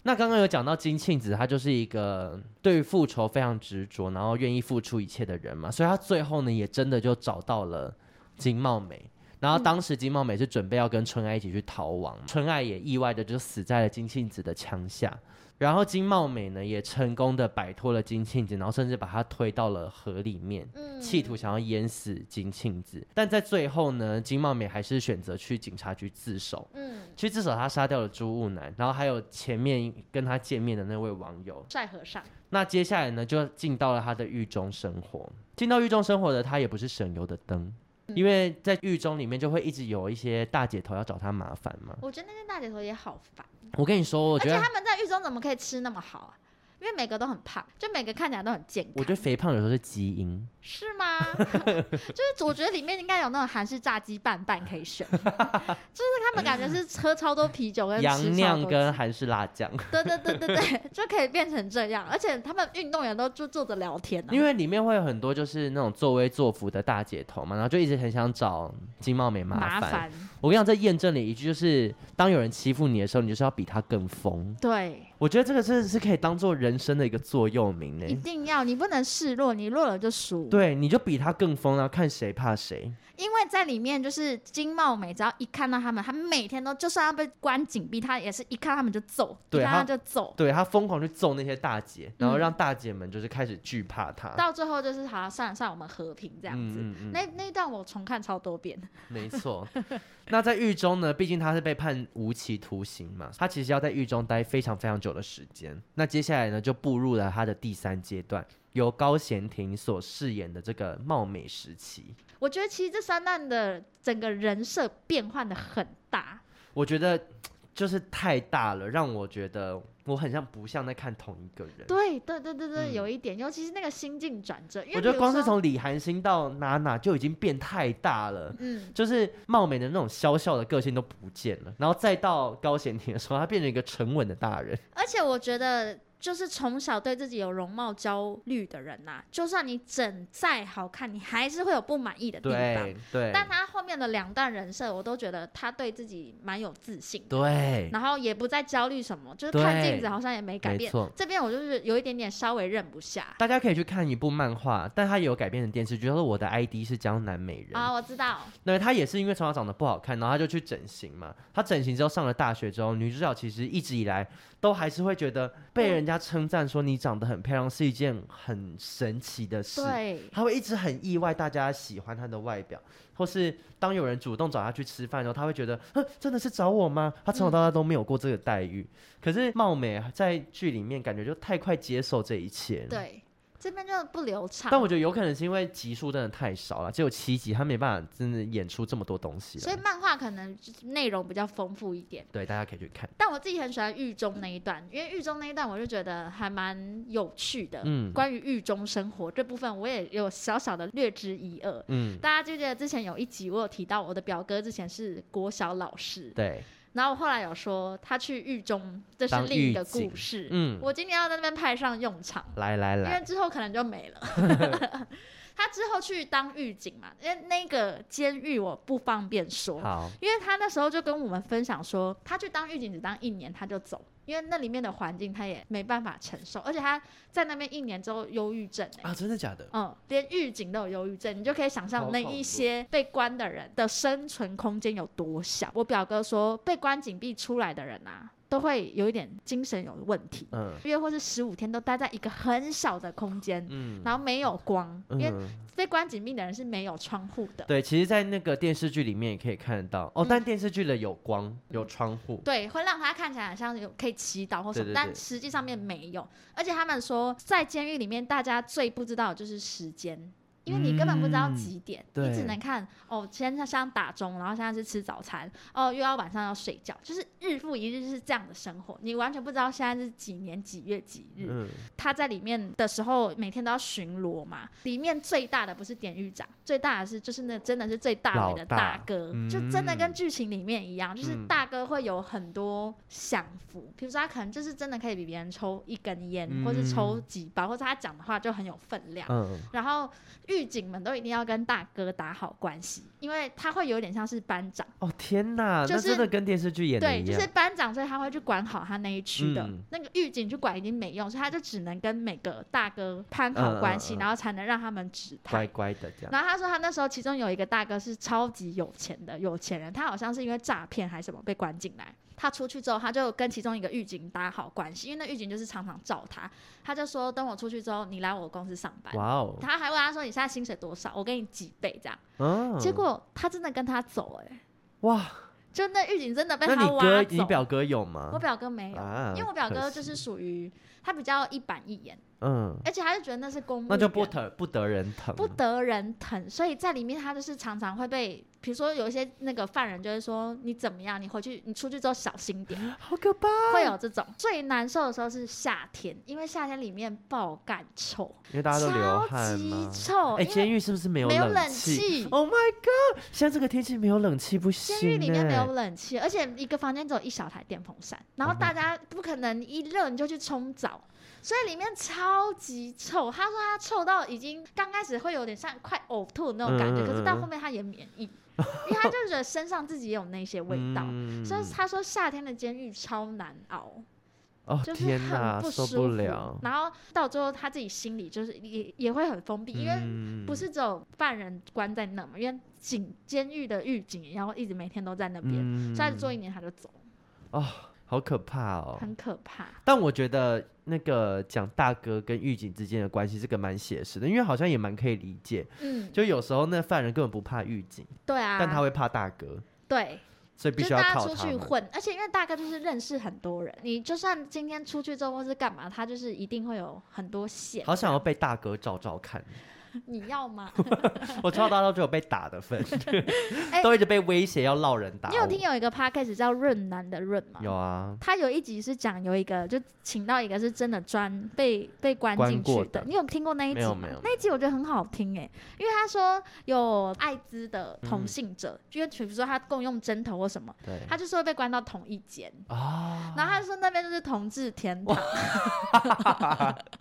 Speaker 1: 那刚刚有讲到金庆子，她就是一个嗯对于复仇非常执着，然后愿意付出一切的人嘛，所以她最后呢也真的就找到了金茂美。然后当时金茂美是准备要跟春爱一起去逃亡，春爱也意外的就死在了金庆子的枪下。然后金茂美呢也成功的摆脱了金庆子，然后甚至把她推到了河里面。
Speaker 2: 嗯，
Speaker 1: 企图想要淹死金庆子，但在最后呢，金茂美还是选择去警察局自首。
Speaker 2: 嗯，
Speaker 1: 其实至少他杀掉了朱雾男，然后还有前面跟他见面的那位网友。
Speaker 2: 帅和尚，
Speaker 1: 那接下来呢，就进到了他的狱中生活。进到狱中生活的他也不是省油的灯，因为在狱中里面就会一直有一些大姐头要找他麻烦嘛。
Speaker 2: 我觉得那些大姐头也好烦，
Speaker 1: 我跟你说，我
Speaker 2: 而
Speaker 1: 觉
Speaker 2: 且
Speaker 1: 得
Speaker 2: 他们在狱中怎么可以吃那么好啊？因为每个都很胖，就每个看起来都很健康。
Speaker 1: 我觉得肥胖有时候是基因，
Speaker 2: 是吗？ 就是我觉得里面应该有那种韩式炸鸡拌饭可 以选，就是他们感觉是喝超多啤酒跟吃超多
Speaker 1: 洋酿跟
Speaker 2: 鸡
Speaker 1: 韩式辣 酱。
Speaker 2: 对对对对对，就可以变成这样，而且他们运动员都就坐着聊天、啊，
Speaker 1: 因为里面会有很多就是那种作威作福的大姐头嘛，然后就一直很想找金茂美麻
Speaker 2: 麻
Speaker 1: 烦。
Speaker 2: 烦
Speaker 1: 我跟你讲，这验证了一句，就是当有人欺负你的时候，你就是要比他更疯。
Speaker 2: 对，
Speaker 1: 我觉得这个真的是可以当做人生的一个座右铭
Speaker 2: 一
Speaker 1: 呢。
Speaker 2: 定要你不能示弱，你弱了就输。
Speaker 1: 对，你就比他更疯啊，看谁怕谁。
Speaker 2: 因为在里面就是金茂美，只要一看到他们，他每天都就算要被关紧闭，他也是一看他们就揍，一
Speaker 1: 对
Speaker 2: 看
Speaker 1: 他
Speaker 2: 他就揍，
Speaker 1: 对他疯狂去揍那些大姐，然后
Speaker 2: 嗯
Speaker 1: 让大姐们就是开始惧怕他。
Speaker 2: 到最后就是好，算了算了，我们和平这样子。
Speaker 1: 嗯嗯嗯
Speaker 2: 那那一段我重看超多遍，
Speaker 1: 没 错，那在狱中呢，毕竟他是被判无期徒刑嘛，他其实要在狱中待非常非常久的时间。那接下来呢，就步入了他的第三阶段，由高贤廷所饰演的这个貌美时期。
Speaker 2: 我觉得其实这三难的整个人设变换的很大，
Speaker 1: 我觉得就是太大了，让我觉得我很像不像在看同一个人。
Speaker 2: 对对对对对，
Speaker 1: 嗯
Speaker 2: 有一点，尤其是那个心境转折，因为
Speaker 1: 我觉
Speaker 2: 比
Speaker 1: 得
Speaker 2: 如
Speaker 1: 光是
Speaker 2: 说
Speaker 1: 从李寒星到娜娜就已经变太大了。
Speaker 2: 嗯，
Speaker 1: 就是貌美的那种小小的个性都不见了，然后再到高贤廷的时候，他变成一个沉稳的大人。
Speaker 2: 而且我觉得就是从小对自己有容貌焦虑的人呐、啊就算你整再好看，你还是会有不满意的地方。
Speaker 1: 对对，
Speaker 2: 但他后面的两段人设，我都觉得他对自己蛮有自信的，
Speaker 1: 对，
Speaker 2: 然后也不再焦虑什么，就是
Speaker 1: 对
Speaker 2: 看镜子好像也没改
Speaker 1: 没
Speaker 2: 变
Speaker 1: 错。
Speaker 2: 这边我就是有一点点稍微认不下
Speaker 1: 大家可以去看一部漫画，但它也有改编成电视剧，叫做《我的 ID 是江南美人》。
Speaker 2: 啊，我知道，
Speaker 1: 那他也是因为从小长得不好看，然后他就去整形嘛。他整形之后上了大学之后，女主角其实一直以来都还是会觉得
Speaker 2: 嗯
Speaker 1: 被人家称赞说你长得很漂亮是一件很神奇的事。
Speaker 2: 对，
Speaker 1: 他会一直很意外大家喜欢他的外表，或是当有人主动找他去吃饭的时候，他会觉得，哼，真的是找我吗？他从小到大都没有过这个待遇。可是貌美在剧里面感觉就太快接受这一切了。
Speaker 2: 对，这边就不流畅。
Speaker 1: 但我觉得有可能是因为集数真的太少了，只有七集，他没办法真的演出这么多东西
Speaker 2: 所以
Speaker 1: 了。
Speaker 2: 漫画可能就是内容比较丰富一点。
Speaker 1: 对，大家可以去看。
Speaker 2: 但我自己很喜欢狱中那一段，因为狱中那一段我就觉得还蛮有趣的。
Speaker 1: 嗯
Speaker 2: 关于狱中生活这部分，我也有小小的略知一二。
Speaker 1: 嗯，
Speaker 2: 大家就记得之前有一集我有提到，我的表哥之前是国小老师，
Speaker 1: 对，
Speaker 2: 然后我后来有说他去狱中，这是
Speaker 1: 当
Speaker 2: 另一
Speaker 1: 狱
Speaker 2: 个
Speaker 1: 警
Speaker 2: 故事。
Speaker 1: 嗯，
Speaker 2: 我今年要在那边派上用场。
Speaker 1: 来来
Speaker 2: 因为
Speaker 1: 来，
Speaker 2: 之后可能就没了。他之后去当狱警嘛，因为那个监狱我不方便说，
Speaker 1: 好，
Speaker 2: 因为他那时候就跟我们分享说，他去当狱警只当一年他就走，因为那里面的环境他也没办法承受，而且他在那边一年之后忧郁症、欸。
Speaker 1: 啊，真的假的？
Speaker 2: 嗯，连狱警都有忧郁症，你就可以想
Speaker 1: 好
Speaker 2: 象那
Speaker 1: 恐
Speaker 2: 一
Speaker 1: 怖
Speaker 2: 些被关的人的生存空间有多小。我表哥说，被关紧闭出来的人啊，都会有一点精神有问题，
Speaker 1: 嗯
Speaker 2: 约或是十五天都待在一个很小的空间，
Speaker 1: 嗯
Speaker 2: 然后没有光，因为
Speaker 1: 嗯，
Speaker 2: 被关紧闭的人是没有窗户的。
Speaker 1: 对，其实，在那个电视剧里面也可以看得到
Speaker 2: 嗯
Speaker 1: 哦，但电视剧的有光有窗户，
Speaker 2: 对，会让他看起来好像有可以祈祷或什么，
Speaker 1: 对对对
Speaker 2: 但实际上面没有。而且他们说，在监狱里面，大家最不知道的就是时间，因为你根本不知道
Speaker 1: 嗯
Speaker 2: 几点，
Speaker 1: 对
Speaker 2: 你只能看哦，现在像打钟，然后现在是吃早餐，哦，又要晚上要睡觉，就是日复一日是这样的生活，你完全不知道现在是几年几月几日。
Speaker 1: 嗯，
Speaker 2: 他在里面的时候，每天都要巡逻嘛。里面最大的不是典狱长，最大的是就是那真的是最大尾的
Speaker 1: 老大
Speaker 2: 大哥，
Speaker 1: 嗯
Speaker 2: 就真的跟剧情里面一样，就是
Speaker 1: 嗯
Speaker 2: 大哥会有很多享福，比如说他可能就是真的可以比别人抽一根烟，
Speaker 1: 嗯
Speaker 2: 或是抽几包，或者他讲的话就很有分量。
Speaker 1: 嗯
Speaker 2: 然后狱警们都一定要跟大哥打好关系，因为他会有点像是班长，
Speaker 1: 哦天哪，
Speaker 2: 就
Speaker 1: 那真
Speaker 2: 是
Speaker 1: 的跟电视剧演的
Speaker 2: 对，
Speaker 1: 一
Speaker 2: 就是
Speaker 1: 样，
Speaker 2: 班长，所以他会去管好他那一区的、
Speaker 1: 嗯
Speaker 2: 那个狱警去管已经没用，所以他就只能跟每个大哥攀好关
Speaker 1: 嗯
Speaker 2: 系，
Speaker 1: 嗯嗯
Speaker 2: 然后才能让他们指
Speaker 1: 乖
Speaker 2: 派。
Speaker 1: 乖的这样，
Speaker 2: 然后他说，他那时候其中有一个大哥是超级有钱的有钱人，他好像是因为诈骗还是什么被关进来。他出去之后，他就跟其中一个狱警打好关系，因为那狱警就是常常罩他。他就说，等我出去之后，你来我公司上班。
Speaker 1: 哇哦，
Speaker 2: 他还问他说，你现在薪水多少？我给你几倍这样。
Speaker 1: 嗯，
Speaker 2: 结果他真的跟他走、欸，哎，
Speaker 1: 哇，
Speaker 2: 就那狱警真的被
Speaker 1: 那
Speaker 2: 他
Speaker 1: 你
Speaker 2: 挖
Speaker 1: 哥
Speaker 2: 走。
Speaker 1: 你表哥有
Speaker 2: 我
Speaker 1: 吗？
Speaker 2: 表哥没有，
Speaker 1: 啊
Speaker 2: 因为我表
Speaker 1: 可
Speaker 2: 哥就是属于他比较一板一眼，
Speaker 1: 嗯，
Speaker 2: 而且他就觉得那是公务员，
Speaker 1: 那就不得不得人疼，
Speaker 2: 不得人疼，所以在里面他就是常常会被，比如说有一些那个犯人就会说你怎么样，你回去你出去之后小心点，
Speaker 1: 好可怕，
Speaker 2: 会有这种。最难受的时候是夏天，因为夏天里面爆干臭，
Speaker 1: 因为大家都流
Speaker 2: 超
Speaker 1: 汗
Speaker 2: 级
Speaker 1: 嘛。
Speaker 2: 臭，
Speaker 1: 哎，
Speaker 2: 因为
Speaker 1: 监狱是不是没有
Speaker 2: 没有
Speaker 1: 冷
Speaker 2: 冷
Speaker 1: 气
Speaker 2: 气。
Speaker 1: ？Oh my god！现在这个天气没有冷气不行、欸。
Speaker 2: 监狱里面没有冷气，而且一个房间只有一小台电风扇，
Speaker 1: 嗯
Speaker 2: 然后大家不可能一热你就去冲澡，所以里面超级臭。他说他臭到已经刚开始会有点像快呕吐的那种感
Speaker 1: 嗯
Speaker 2: 觉，
Speaker 1: 嗯嗯
Speaker 2: 可是到后面他也免疫，因为他就觉得身上自己也有那些味道，
Speaker 1: 嗯
Speaker 2: 所以他说夏天的监狱超难熬，
Speaker 1: 哦
Speaker 2: 就是
Speaker 1: 天
Speaker 2: 很
Speaker 1: 哪，
Speaker 2: 不
Speaker 1: 受
Speaker 2: 舒
Speaker 1: 不
Speaker 2: 服
Speaker 1: 了。。
Speaker 2: 然后到最后他自己心里就是也也会很封闭，因为
Speaker 1: 嗯
Speaker 2: 不是只有犯人关在那嘛，因为警监狱的狱警然后一直每天都在那边，
Speaker 1: 嗯
Speaker 2: 所以他就做一年他就走，
Speaker 1: 哦，好可怕哦。
Speaker 2: 很可怕。
Speaker 1: 但我觉得那个讲大哥跟狱警之间的关系，这个蛮写实的，因为好像也蛮可以理解。
Speaker 2: 嗯，
Speaker 1: 就有时候那犯人根本不怕狱警，
Speaker 2: 对啊，
Speaker 1: 但他会怕大哥，
Speaker 2: 对，
Speaker 1: 所以必
Speaker 2: 就
Speaker 1: 须
Speaker 2: 是
Speaker 1: 要
Speaker 2: 大家
Speaker 1: 靠
Speaker 2: 出
Speaker 1: 他
Speaker 2: 去
Speaker 1: 们
Speaker 2: 混，而且因为大哥就是认识很多人，你就算今天出去之后或是干嘛，他就是一定会有很多线。
Speaker 1: 好想要被大哥照照 看，
Speaker 2: 你要吗？
Speaker 1: 我从小到大就有被打的份，
Speaker 2: 哎
Speaker 1: 都一直被威胁要闹人打
Speaker 2: 你
Speaker 1: 我。
Speaker 2: 有听有一个 podcast 叫《润男的润》吗？
Speaker 1: 有啊，
Speaker 2: 他有一集是讲有一个，就请到一个是真的专被被关
Speaker 1: 关
Speaker 2: 进
Speaker 1: 过
Speaker 2: 去
Speaker 1: 的
Speaker 2: 你有听过那一集
Speaker 1: 没有
Speaker 2: 吗
Speaker 1: 没有
Speaker 2: 那一集我觉得很好听哎、因为他说有艾滋的同
Speaker 1: 嗯
Speaker 2: 性者，因为比如说他共用针头或什么，
Speaker 1: 对
Speaker 2: 他就是会被关到同一间，
Speaker 1: 啊，
Speaker 2: 然后他说那边就是同志天堂，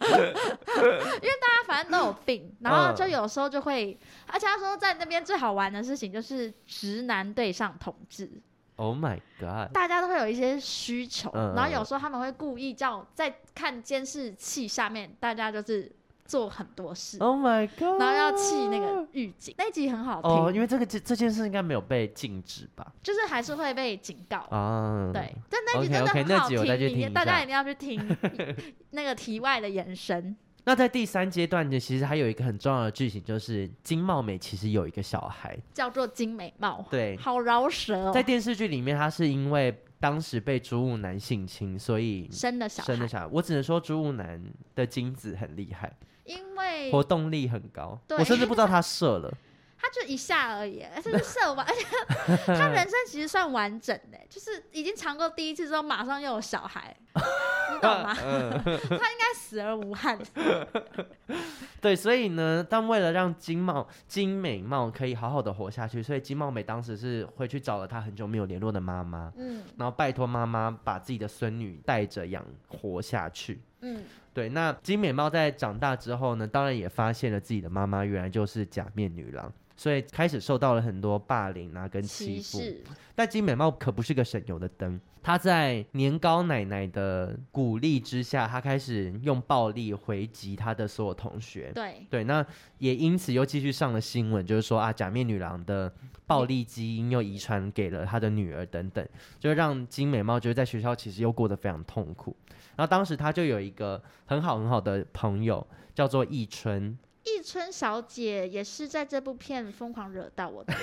Speaker 2: 因为 大家反正都有
Speaker 1: 嗯
Speaker 2: 病，然后就有时候就会，而且他说在那边最好玩的事情就是直男对上同志，
Speaker 1: Oh my god！
Speaker 2: 大家都会有一些需求，
Speaker 1: 嗯
Speaker 2: 然后有时候他们会故意叫在看监视器下面，大家就是做很多事，
Speaker 1: Oh my god！哦
Speaker 2: 然后要气那个狱警，那一集很好听，
Speaker 1: 哦，因为这个这这件事应该没有被禁止吧？
Speaker 2: 就是还是会被警告。
Speaker 1: 啊，
Speaker 2: 对，但那集真的
Speaker 1: OK，OK，
Speaker 2: 很
Speaker 1: 那
Speaker 2: 好
Speaker 1: 集
Speaker 2: 听，
Speaker 1: 我再去
Speaker 2: 你
Speaker 1: 听一
Speaker 2: 大
Speaker 1: 下
Speaker 2: 家一定要去听那个题外的延伸。
Speaker 1: 那在第三阶段呢，其实还有一个很重要的剧情，就是金茂美其实有一个小孩，
Speaker 2: 叫做金美貌，
Speaker 1: 对，
Speaker 2: 好饶舌
Speaker 1: 在
Speaker 2: 哦，
Speaker 1: 电视剧里面，他是因为当时被朱武男性侵，所以
Speaker 2: 生的小
Speaker 1: 生
Speaker 2: 孩
Speaker 1: 了，小孩。我只能说朱武男的精子很厉害，
Speaker 2: 因为
Speaker 1: 活动力很高，
Speaker 2: 对
Speaker 1: 我甚至不知道他射了，
Speaker 2: 他就一下而已，哎这 是射完，而且他他人生其实算完整的，就是已经尝过第一次之后，马上又有小 孩，你懂吗？
Speaker 1: 嗯，
Speaker 2: 该死而无憾。
Speaker 1: 对，所以呢，但为了让金茂金美茂可以好好的活下去，所以金茂美当时是回去找了她很久没有联络的妈妈，
Speaker 2: 嗯
Speaker 1: 然后拜托妈妈把自己的孙女带着养活下去。
Speaker 2: 嗯，
Speaker 1: 对，那金美茂在长大之后呢，当然也发现了自己的妈妈原来就是假面女郎，所以开始受到了很多霸凌啊跟欺
Speaker 2: 歧
Speaker 1: 负。
Speaker 2: 视，
Speaker 1: 但金美茂可不是个省油的灯，她在年糕奶奶的鼓励之下，她开始用暴力回击她的所有同学。
Speaker 2: 对，
Speaker 1: 对，那也因此又继续上了新闻，就是说啊，假面女郎的暴力基因又遗传给了她的女儿等等，就让金美貌觉得在学校其实又过得非常痛苦。然后当时她就有一个很好很好的朋友，叫做易春，
Speaker 2: 易春小姐也是在这部片疯狂惹到我的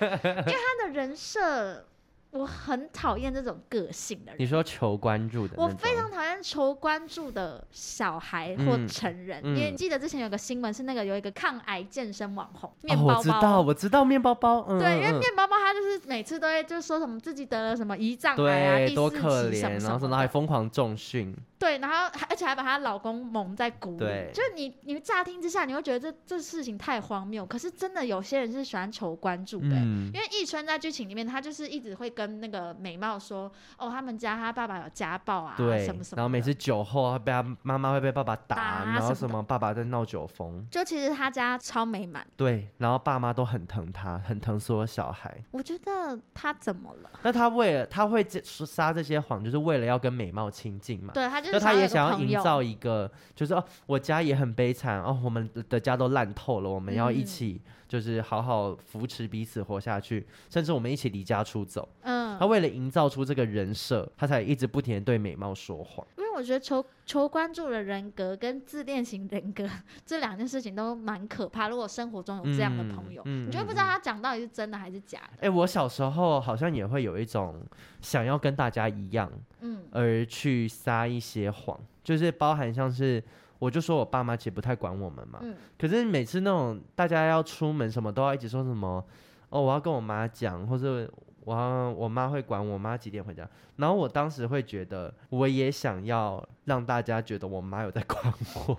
Speaker 2: 人， 因为她的人设，我很讨厌这种个性的
Speaker 1: 你
Speaker 2: 人，
Speaker 1: 说求关注的那
Speaker 2: 我
Speaker 1: 种，哦
Speaker 2: 非常讨厌求关注的小孩或
Speaker 1: 嗯
Speaker 2: 成人。
Speaker 1: 嗯
Speaker 2: 因为你记得之前有个新闻是那个有一个抗癌健身网红面
Speaker 1: 哦，
Speaker 2: 包包，
Speaker 1: 我知道，我知道面包包，嗯，
Speaker 2: 对，因为
Speaker 1: 嗯嗯
Speaker 2: 面包包他就是每次都会就说什么自己得了什么胰脏癌啊，第
Speaker 1: 对，多
Speaker 2: 四
Speaker 1: 可
Speaker 2: 期
Speaker 1: 怜
Speaker 2: 什，么
Speaker 1: 然后
Speaker 2: 什
Speaker 1: 什
Speaker 2: 么
Speaker 1: 么还
Speaker 2: 的，
Speaker 1: 疯狂重训，
Speaker 2: 对，然后还而且还把她老公蒙在鼓
Speaker 1: 对
Speaker 2: 里，就是你你乍听之下你会觉得这这事情太荒谬，可是真的有些人是喜欢求关注的欸、
Speaker 1: 嗯，
Speaker 2: 因为易春在剧情里面，他就是一直会跟那个美貌说，哦，他们家他爸爸有家暴啊，
Speaker 1: 对
Speaker 2: 什么什么的，
Speaker 1: 然后每次酒后啊，被他妈妈会被爸爸打，
Speaker 2: 打啊
Speaker 1: 然后
Speaker 2: 什么
Speaker 1: 什
Speaker 2: 的
Speaker 1: 么爸爸在闹酒疯，
Speaker 2: 就其实他家超美满，
Speaker 1: 对，然后爸妈都很疼他，很疼所有小孩。
Speaker 2: 我觉得他怎么了？
Speaker 1: 那他为了他会这说撒这些谎，就是为了要跟美貌亲近嘛。
Speaker 2: 对他就
Speaker 1: 就是他
Speaker 2: 有
Speaker 1: 也
Speaker 2: 个
Speaker 1: 想要
Speaker 2: 朋
Speaker 1: 营
Speaker 2: 友
Speaker 1: 造一个，就是哦，我家也很悲惨哦，我们的家都烂透了，我们要一
Speaker 2: 嗯
Speaker 1: 起就是好好扶持彼此活下去，甚至我们一起离家出走。
Speaker 2: 嗯
Speaker 1: 他，为了营造出这个人设，他才一直不停的对美貌说谎。
Speaker 2: 因为我觉得求求关注的人格跟自恋型人格这两件事情都蛮可怕。如果生活中有这样的朋友，
Speaker 1: 嗯嗯
Speaker 2: 你就会不知道他讲到底是真的还是假的。
Speaker 1: 哎、我小时候好像也会有一种想要跟大家一样，
Speaker 2: 嗯，
Speaker 1: 而去撒一些谎，就是包含像是我就说我爸妈其实不太管我们嘛，
Speaker 2: 嗯
Speaker 1: 可是每次那种大家要出门什么都要一直说什么哦，我要跟我妈讲，或者我要我妈会管我妈几点回家，然后我当时会觉得我也想要让大家觉得我妈有在管我，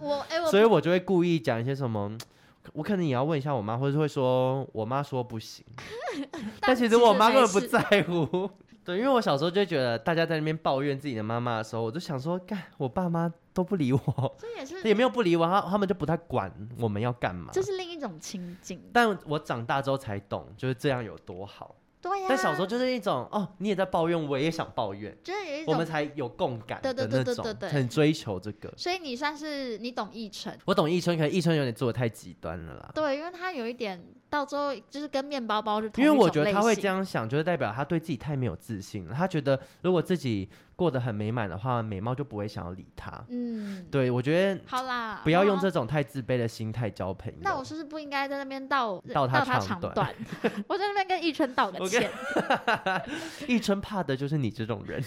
Speaker 2: 我哎、我
Speaker 1: 所以我就会故意讲一些什么。我可能也要问一下我妈，或者会说我妈说不 行，但其实我妈根本不
Speaker 2: 在。
Speaker 1: 在乎。 对，因为我小时候就觉得大家在那边抱怨自己的妈妈的时候，我就想说，干，我爸妈都不理我，
Speaker 2: 这也是
Speaker 1: 也没有不理我，他他们就不太管我们要干嘛
Speaker 2: 这。是另一种情景。
Speaker 1: 但我长大之后才懂，就是这样有多好。
Speaker 2: 对啊呀、
Speaker 1: 但小时候就是一种，哦，你也在抱怨，我也想抱怨，
Speaker 2: 就是有一
Speaker 1: 我们
Speaker 2: 种，
Speaker 1: 才有共感的
Speaker 2: 对对对
Speaker 1: 那
Speaker 2: 对
Speaker 1: 种
Speaker 2: 对，对
Speaker 1: 很追求这个。
Speaker 2: 所以你算是你懂易成。
Speaker 1: 我懂易春，可能易春有点做的太极端了啦。
Speaker 2: 对，因为他有一点到最后就是跟面包包是同
Speaker 1: 因为
Speaker 2: 一
Speaker 1: 我
Speaker 2: 种
Speaker 1: 觉得
Speaker 2: 类
Speaker 1: 他会
Speaker 2: 型
Speaker 1: 这样想，就是代表他对自己太没有自信了。他觉得如果自己过得很美满的话，美貌就不会想要理他。
Speaker 2: 嗯，
Speaker 1: 对，我觉得
Speaker 2: 好啦，
Speaker 1: 不要用
Speaker 2: 那
Speaker 1: 这种太自卑的心态交朋友。
Speaker 2: 哦那我是不是不应该在那边道
Speaker 1: 道他
Speaker 2: 道他
Speaker 1: 长
Speaker 2: 长短？ 我在那边跟易春 道个
Speaker 1: 我跟
Speaker 2: 歉，
Speaker 1: 一春怕的就是你这种人，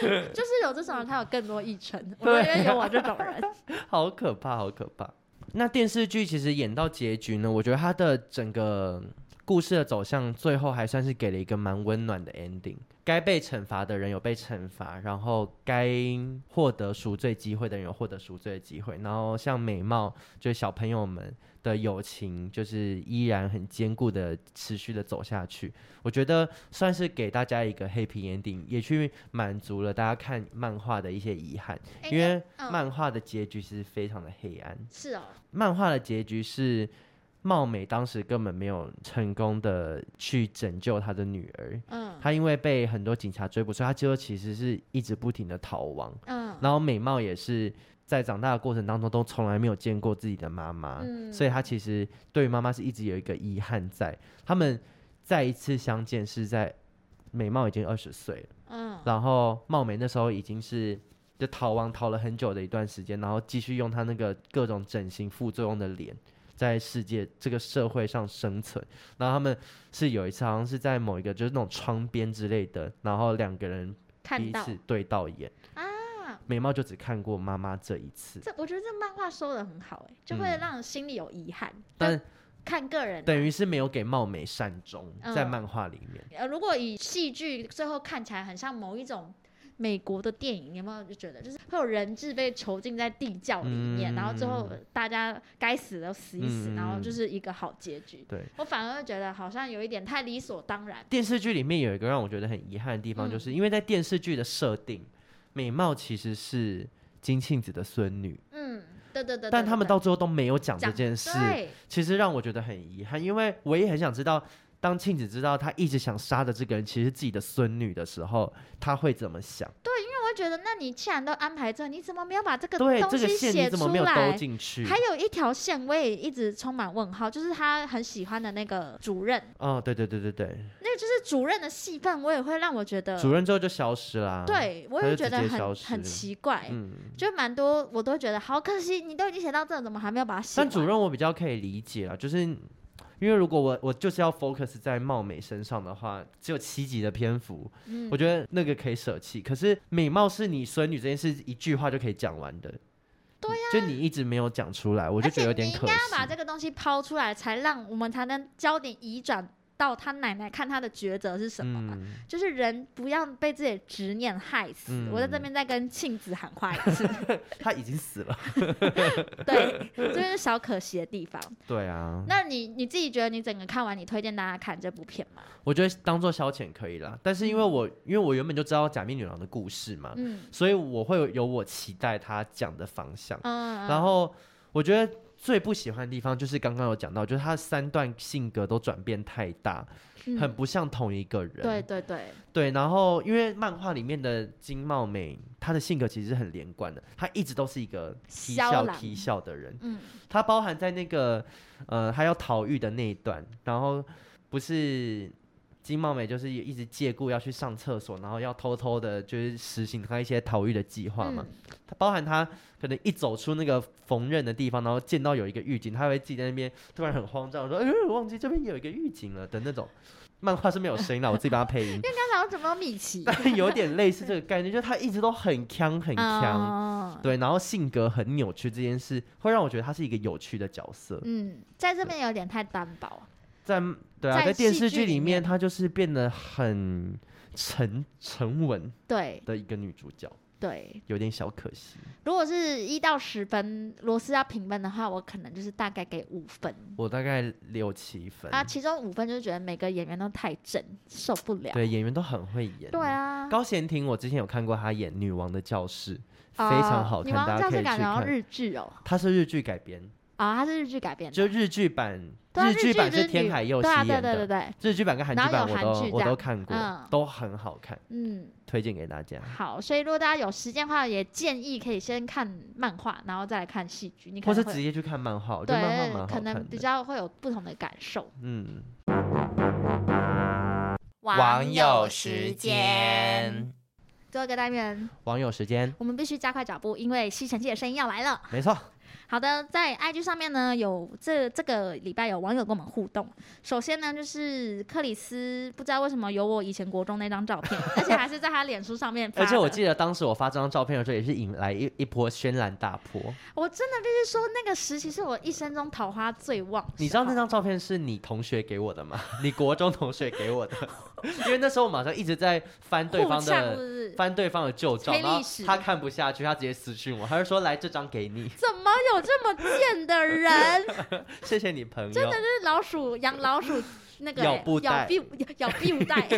Speaker 2: 就是有这种人，他有更多易春，我
Speaker 1: 对
Speaker 2: 觉得有我这种 人，
Speaker 1: 好可怕，好可怕。那电视剧其实演到结局呢，我觉得它的整个故事的走向，最后还算是给了一个蛮温暖的 ending。该被惩罚的人有被惩罚，然后该获得赎罪机会的人有获得赎罪的机会，然后像美貌，就是小朋友们的友情，就是依然很坚固的持续的走下去。我觉得算是给大家一个 happy ending，也去满足了大家看漫画的一些遗憾，
Speaker 2: 哎
Speaker 1: 因为
Speaker 2: 那嗯
Speaker 1: 漫画的结局其实非常的黑暗。
Speaker 2: 是哦，
Speaker 1: 漫画的结局是貌美当时根本没有成功的去拯救她的女儿，
Speaker 2: 嗯
Speaker 1: 她因为被很多警察追捕，所以她最后其实是一直不停的逃亡。
Speaker 2: 嗯
Speaker 1: 然后美貌也是在长大的过程当中都从来没有见过自己的妈妈，
Speaker 2: 嗯
Speaker 1: 所以她其实对于妈妈是一直有一个遗憾在。他们再一次相见是在美貌已经二十岁了。
Speaker 2: 嗯，
Speaker 1: 然后貌美那时候已经是就逃亡逃了很久的一段时间，然后继续用她那个各种整形副作用的脸，在世界这个社会上生存。然后他们是有一次好像是在某一个就是那种窗边之类的，然后两个人
Speaker 2: 看
Speaker 1: 彼
Speaker 2: 到
Speaker 1: 此对到眼啊，美貌就只看过妈妈这一次，
Speaker 2: 这，我觉得这漫画收的很好，哎，就会
Speaker 1: 嗯
Speaker 2: 让人心里有遗憾，
Speaker 1: 但
Speaker 2: 看个人啊、
Speaker 1: 等于是没有给貌美善终，
Speaker 2: 嗯
Speaker 1: 在漫画里面。
Speaker 2: 呃，如果以戏剧最后看起来很像某一种美国的电影，你有没有就觉得就是会有人质被囚禁在地窖里面，然后最后大家该死的死一死，
Speaker 1: 嗯嗯嗯
Speaker 2: 然后就是一个好结局。
Speaker 1: 对，
Speaker 2: 我反而会觉得好像有一点太理所当然。
Speaker 1: 电视剧里面有一个让我觉得很遗憾的地方，
Speaker 2: 嗯
Speaker 1: 就是因为在电视剧的设定，美貌其实是金庆子的孙女，
Speaker 2: 嗯，对对对对
Speaker 1: 但他们到最后都没有讲这
Speaker 2: 讲
Speaker 1: 件事，
Speaker 2: 对
Speaker 1: 其实让我觉得很遗憾，因为我也很想知道，当庆子知道她一直想杀的这个人其实是自己的孙女的时候，她会怎么想？
Speaker 2: 我会觉得，那你既然都安排这，你怎么没有把这个
Speaker 1: 对
Speaker 2: 东
Speaker 1: 这个
Speaker 2: 西
Speaker 1: 线你
Speaker 2: 写
Speaker 1: 怎
Speaker 2: 出
Speaker 1: 么没有兜
Speaker 2: 来？
Speaker 1: 进去？
Speaker 2: 还有一条线我也一直充满问号，就是他很喜欢的那个主任，
Speaker 1: 哦，对对对对对，
Speaker 2: 那个就是主任的戏份，我也会让我觉得，
Speaker 1: 主任之后就消失啦。，
Speaker 2: 呃对我
Speaker 1: 他
Speaker 2: 也
Speaker 1: 就
Speaker 2: 觉
Speaker 1: 直
Speaker 2: 得
Speaker 1: 接
Speaker 2: 很
Speaker 1: 消失
Speaker 2: 很奇怪，
Speaker 1: 嗯。
Speaker 2: 就蛮多我都觉得好可惜，你都已经写到这，怎么还没有把它写
Speaker 1: 但
Speaker 2: 完？
Speaker 1: 主任我比较可以理解啦，就是因为如果我我就是要 focus 在貌美身上的话，只有七集的篇幅，
Speaker 2: 嗯
Speaker 1: 我觉得那个可以舍弃。可是美貌是你孙女这件事，一句话就可以讲完的。
Speaker 2: 对啊
Speaker 1: 呀、就你一直没有讲出来，我就
Speaker 2: 而
Speaker 1: 觉
Speaker 2: 且
Speaker 1: 得有
Speaker 2: 你
Speaker 1: 点
Speaker 2: 应
Speaker 1: 可
Speaker 2: 该
Speaker 1: 惜。
Speaker 2: 要把这个东西抛出来，才让我们才能焦点移转到他奶奶看他的抉择是什么嘛。
Speaker 1: 嗯，
Speaker 2: 就是人不要被自己的执念害死。
Speaker 1: 嗯
Speaker 2: 我在这边再跟庆子喊话一次，
Speaker 1: 他已经死 了。
Speaker 2: 对，这就是小可惜的地方。
Speaker 1: 对啊，
Speaker 2: 那你你自己觉得你整个看完，你推荐大家看这部片吗？
Speaker 1: 我觉得当做消遣可以啦。但是因为我因为我原本就知道假面女郎的故事嘛，
Speaker 2: 嗯
Speaker 1: 所以我会有有我期待她讲的方向。
Speaker 2: 嗯，
Speaker 1: 然后我觉得最不喜欢的地方就是刚刚有讲到，就是他三段性格都转变太大，
Speaker 2: 嗯
Speaker 1: 很不像同一个人。
Speaker 2: 对对对，
Speaker 1: 对然后因为漫画里面的金茂美，她的性格其实是很连贯的，她一直都是一个啼
Speaker 2: 肖
Speaker 1: 笑
Speaker 2: 郎
Speaker 1: 啼笑的人。
Speaker 2: 嗯
Speaker 1: 它包含在那个呃，他要逃狱的那一段，然后不是金茂美就是一直借故要去上厕所，然后要偷偷的，就是实行他一些逃狱的计划
Speaker 2: 嗯
Speaker 1: 嘛。它包含他可能一走出那个缝纫的地方，然后见到有一个狱警，他会自己在那边突然很慌张，说：“哎、我忘记这边有一个狱警了”的那种。漫画是没有声音的，我自己帮他配音，
Speaker 2: 因为刚才好像怎么有米奇，
Speaker 1: 但有点类似这个概念，就是他一直都很强很强，
Speaker 2: 嗯
Speaker 1: 对，然后性格很扭曲这件事，会让我觉得他是一个有趣的角色。
Speaker 2: 嗯，在这边有点太单薄。
Speaker 1: 在对啊，
Speaker 2: 在
Speaker 1: 在电
Speaker 2: 戏
Speaker 1: 视
Speaker 2: 剧
Speaker 1: 剧
Speaker 2: 里
Speaker 1: 里面，
Speaker 2: 面
Speaker 1: 她就是变得很沉沉稳
Speaker 2: 对
Speaker 1: 的一个女主角，
Speaker 2: 对，
Speaker 1: 有点小可惜。
Speaker 2: 如果是一到十分，罗斯要评分的话，我可能就是大概给五分
Speaker 1: 我大概六七分
Speaker 2: 啊，其中五分就是觉得每个演员都太正，受不了。
Speaker 1: 对，演员都很会演。
Speaker 2: 啊对。啊，
Speaker 1: 高贤婷，我之前有看过她演《女王的教室》，
Speaker 2: 啊
Speaker 1: 非常好看，
Speaker 2: 女王
Speaker 1: 大家
Speaker 2: 教
Speaker 1: 可
Speaker 2: 室
Speaker 1: 以去
Speaker 2: 感觉好像
Speaker 1: 看。
Speaker 2: 日剧哦，
Speaker 1: 它是日剧改编，
Speaker 2: 啊，它是日剧改编的。
Speaker 1: 就日剧版，
Speaker 2: 对啊
Speaker 1: 日剧版
Speaker 2: 就是
Speaker 1: 天海佑希
Speaker 2: 对啊，
Speaker 1: 演
Speaker 2: 对对对
Speaker 1: 的，
Speaker 2: 对，
Speaker 1: 日剧版跟韩
Speaker 2: 然
Speaker 1: 剧
Speaker 2: 后
Speaker 1: 版
Speaker 2: 有
Speaker 1: 我
Speaker 2: 韩
Speaker 1: 都
Speaker 2: 剧
Speaker 1: 我
Speaker 2: 这
Speaker 1: 都
Speaker 2: 样
Speaker 1: 看过
Speaker 2: 嗯，
Speaker 1: 都很好看，
Speaker 2: 嗯，
Speaker 1: 推荐给大家。
Speaker 2: 好，所以如果大家有时间的话，也建议可以先看漫画，然后再来看戏剧，你
Speaker 1: 或
Speaker 2: 可
Speaker 1: 是
Speaker 2: 能
Speaker 1: 直
Speaker 2: 会
Speaker 1: 接去看漫画，我觉得漫画蛮
Speaker 2: 对，
Speaker 1: 好
Speaker 2: 可
Speaker 1: 看
Speaker 2: 能比
Speaker 1: 的。
Speaker 2: 较会有不同的感受。
Speaker 1: 嗯。
Speaker 3: 网友时间。
Speaker 2: 最后一个单元，
Speaker 1: 网友时间，
Speaker 2: 我们必须加快脚步，因为吸尘器的声音要来了。
Speaker 1: 没 错，
Speaker 2: 好的，在 IG 上面呢，有这这个礼拜有网友跟我们互动。首先呢，就是克里斯不知道为什么有我以前国中那张照片，而且还是在他脸书上面发的。
Speaker 1: 而且我记得当时我发这张照片的时候，也是引来一一波轩然大波。
Speaker 2: 我真的必须说，那个时期是我一生中桃花最旺。
Speaker 1: 你知道那？张照片是你同学给我的吗？ 你国中同学给 我的，因为那时候我马上一直在翻对
Speaker 2: 互
Speaker 1: 方
Speaker 2: 呛是
Speaker 1: 的
Speaker 2: 不是？
Speaker 1: 翻对方的旧照，
Speaker 2: 黑历
Speaker 1: 然后
Speaker 2: 史
Speaker 1: 他看不下去，他直接私讯我，他就说来这张给你，
Speaker 2: 怎么有这么贱的人？
Speaker 1: 谢谢你朋友。
Speaker 2: 真的是老鼠养老鼠那个、
Speaker 1: 咬
Speaker 2: 欸
Speaker 1: 布
Speaker 2: 咬
Speaker 1: 袋
Speaker 2: 屁股咬屁 股袋。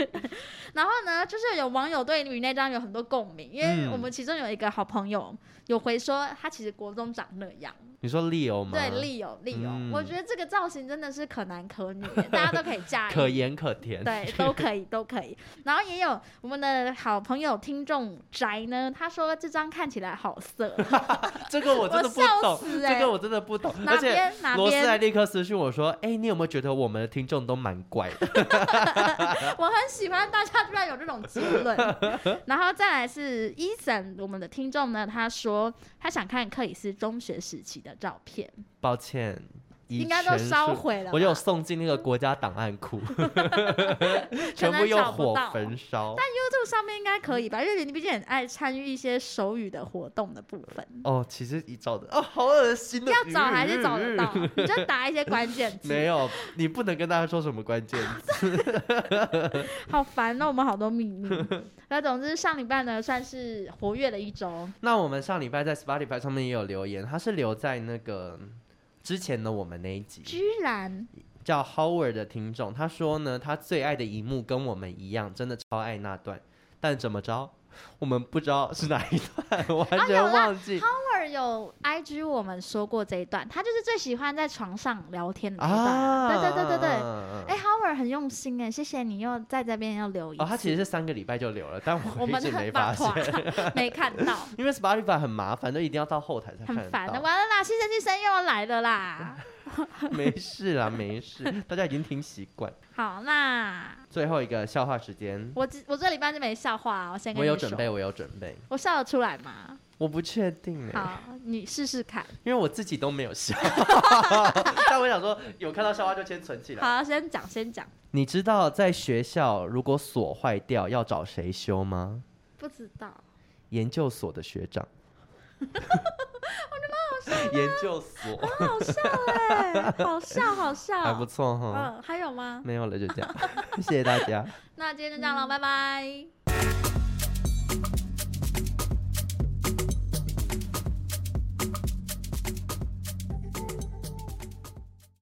Speaker 2: 然后呢，就是有网友对于那张有很多共鸣，因为
Speaker 1: 嗯
Speaker 2: 我们其中有一个好朋友有回说，他其实国中长那样，
Speaker 1: 你说 Leo 吗？
Speaker 2: 对，利友利友，
Speaker 1: 嗯
Speaker 2: 我觉得这个造型真的是可男可女，大家都可以 驾驭。
Speaker 1: 可盐可甜。
Speaker 2: 对，都可以，都可以。然后也有我们的好朋友听众宅呢，他说这张看起来好 色，
Speaker 1: 这个我真的不
Speaker 2: 我笑
Speaker 1: 懂，
Speaker 2: 死欸
Speaker 1: 这个我真的不懂。
Speaker 2: 哪
Speaker 1: 而且
Speaker 2: 边哪
Speaker 1: 罗斯还
Speaker 2: 边，
Speaker 1: 立刻私讯我说：“哎、你有没有觉得我们的听众都蛮怪 的？
Speaker 2: 我很喜欢大家居然有这种结 论。然后再来是伊森，我们的听众呢，他说他想看克里斯中学时期的照片。
Speaker 1: 抱歉，遗
Speaker 2: 应该都
Speaker 1: 全
Speaker 2: 烧
Speaker 1: 数
Speaker 2: 毁了吧。
Speaker 1: 我就有送进那个国家档案库，全部用火焚烧。
Speaker 2: YouTube 上面应该可以吧？因为你毕竟很爱参与一些手语的活动的部分，
Speaker 1: 哦，其实一找的哦，好恶心的。嗯
Speaker 2: 要找还是找得到？啊你就打一些关键 字。
Speaker 1: 没有，你不能跟大家说什么关键字。
Speaker 2: 好烦哦，我们好多秘 密。那总之上礼拜呢，算是活跃了一周。
Speaker 1: 那我们上礼拜在 Spotify 上面也有留言，他是留在那个之前的我们那一集，
Speaker 2: 居然
Speaker 1: 叫 Howard 的听众，他说呢，他最爱的一幕跟我们一样，真的超爱那段，但怎么着，我们不知道是哪一段， 我完全
Speaker 2: 有啦
Speaker 1: 忘记。
Speaker 2: Howard 有 IG 我们说过这一段，他就是最喜欢在床上聊天的那一段。
Speaker 1: 啊，
Speaker 2: 对对对对
Speaker 1: 对
Speaker 2: 对哎、h o w a r d 很用心哎，谢谢你又在这边要留一次。
Speaker 1: 啊哦，他其实是三个礼拜就留了，但我
Speaker 2: 我
Speaker 1: 一
Speaker 2: 们
Speaker 1: 直没
Speaker 2: 很
Speaker 1: 发
Speaker 2: 把
Speaker 1: 现，
Speaker 2: 没看到，
Speaker 1: 因为 Spotify 很麻烦，都一定要到后台才看
Speaker 2: 很
Speaker 1: 得
Speaker 2: 烦的。
Speaker 1: 到。
Speaker 2: 完了啦，新生气生又要来了啦。
Speaker 1: 没事啦，没 事，大家已经听习惯。
Speaker 2: 好，那
Speaker 1: 最后一个笑话时间，
Speaker 2: 我只我这礼拜就没笑话，啊我先跟
Speaker 1: 我
Speaker 2: 你说。
Speaker 1: 有准备，我有准备，
Speaker 2: 我笑得出来吗？
Speaker 1: 我不确定哎，
Speaker 2: 好，你试试 看。
Speaker 1: 因为我自己都没有笑， 但我想说有看到笑话就先存起来。
Speaker 2: 好，先讲，先讲。
Speaker 1: 你知道在学校如果锁坏掉要找谁修吗？
Speaker 2: 不知道，
Speaker 1: 研究所的学 长。我
Speaker 2: 啊
Speaker 1: 觉得蛮好笑研究所
Speaker 2: 好笑哎、 好笑，好笑。
Speaker 1: 还不错哈。
Speaker 2: 嗯，还有吗？
Speaker 1: 没有了，就这样，谢谢大家。
Speaker 2: 那今天就这样了，拜拜。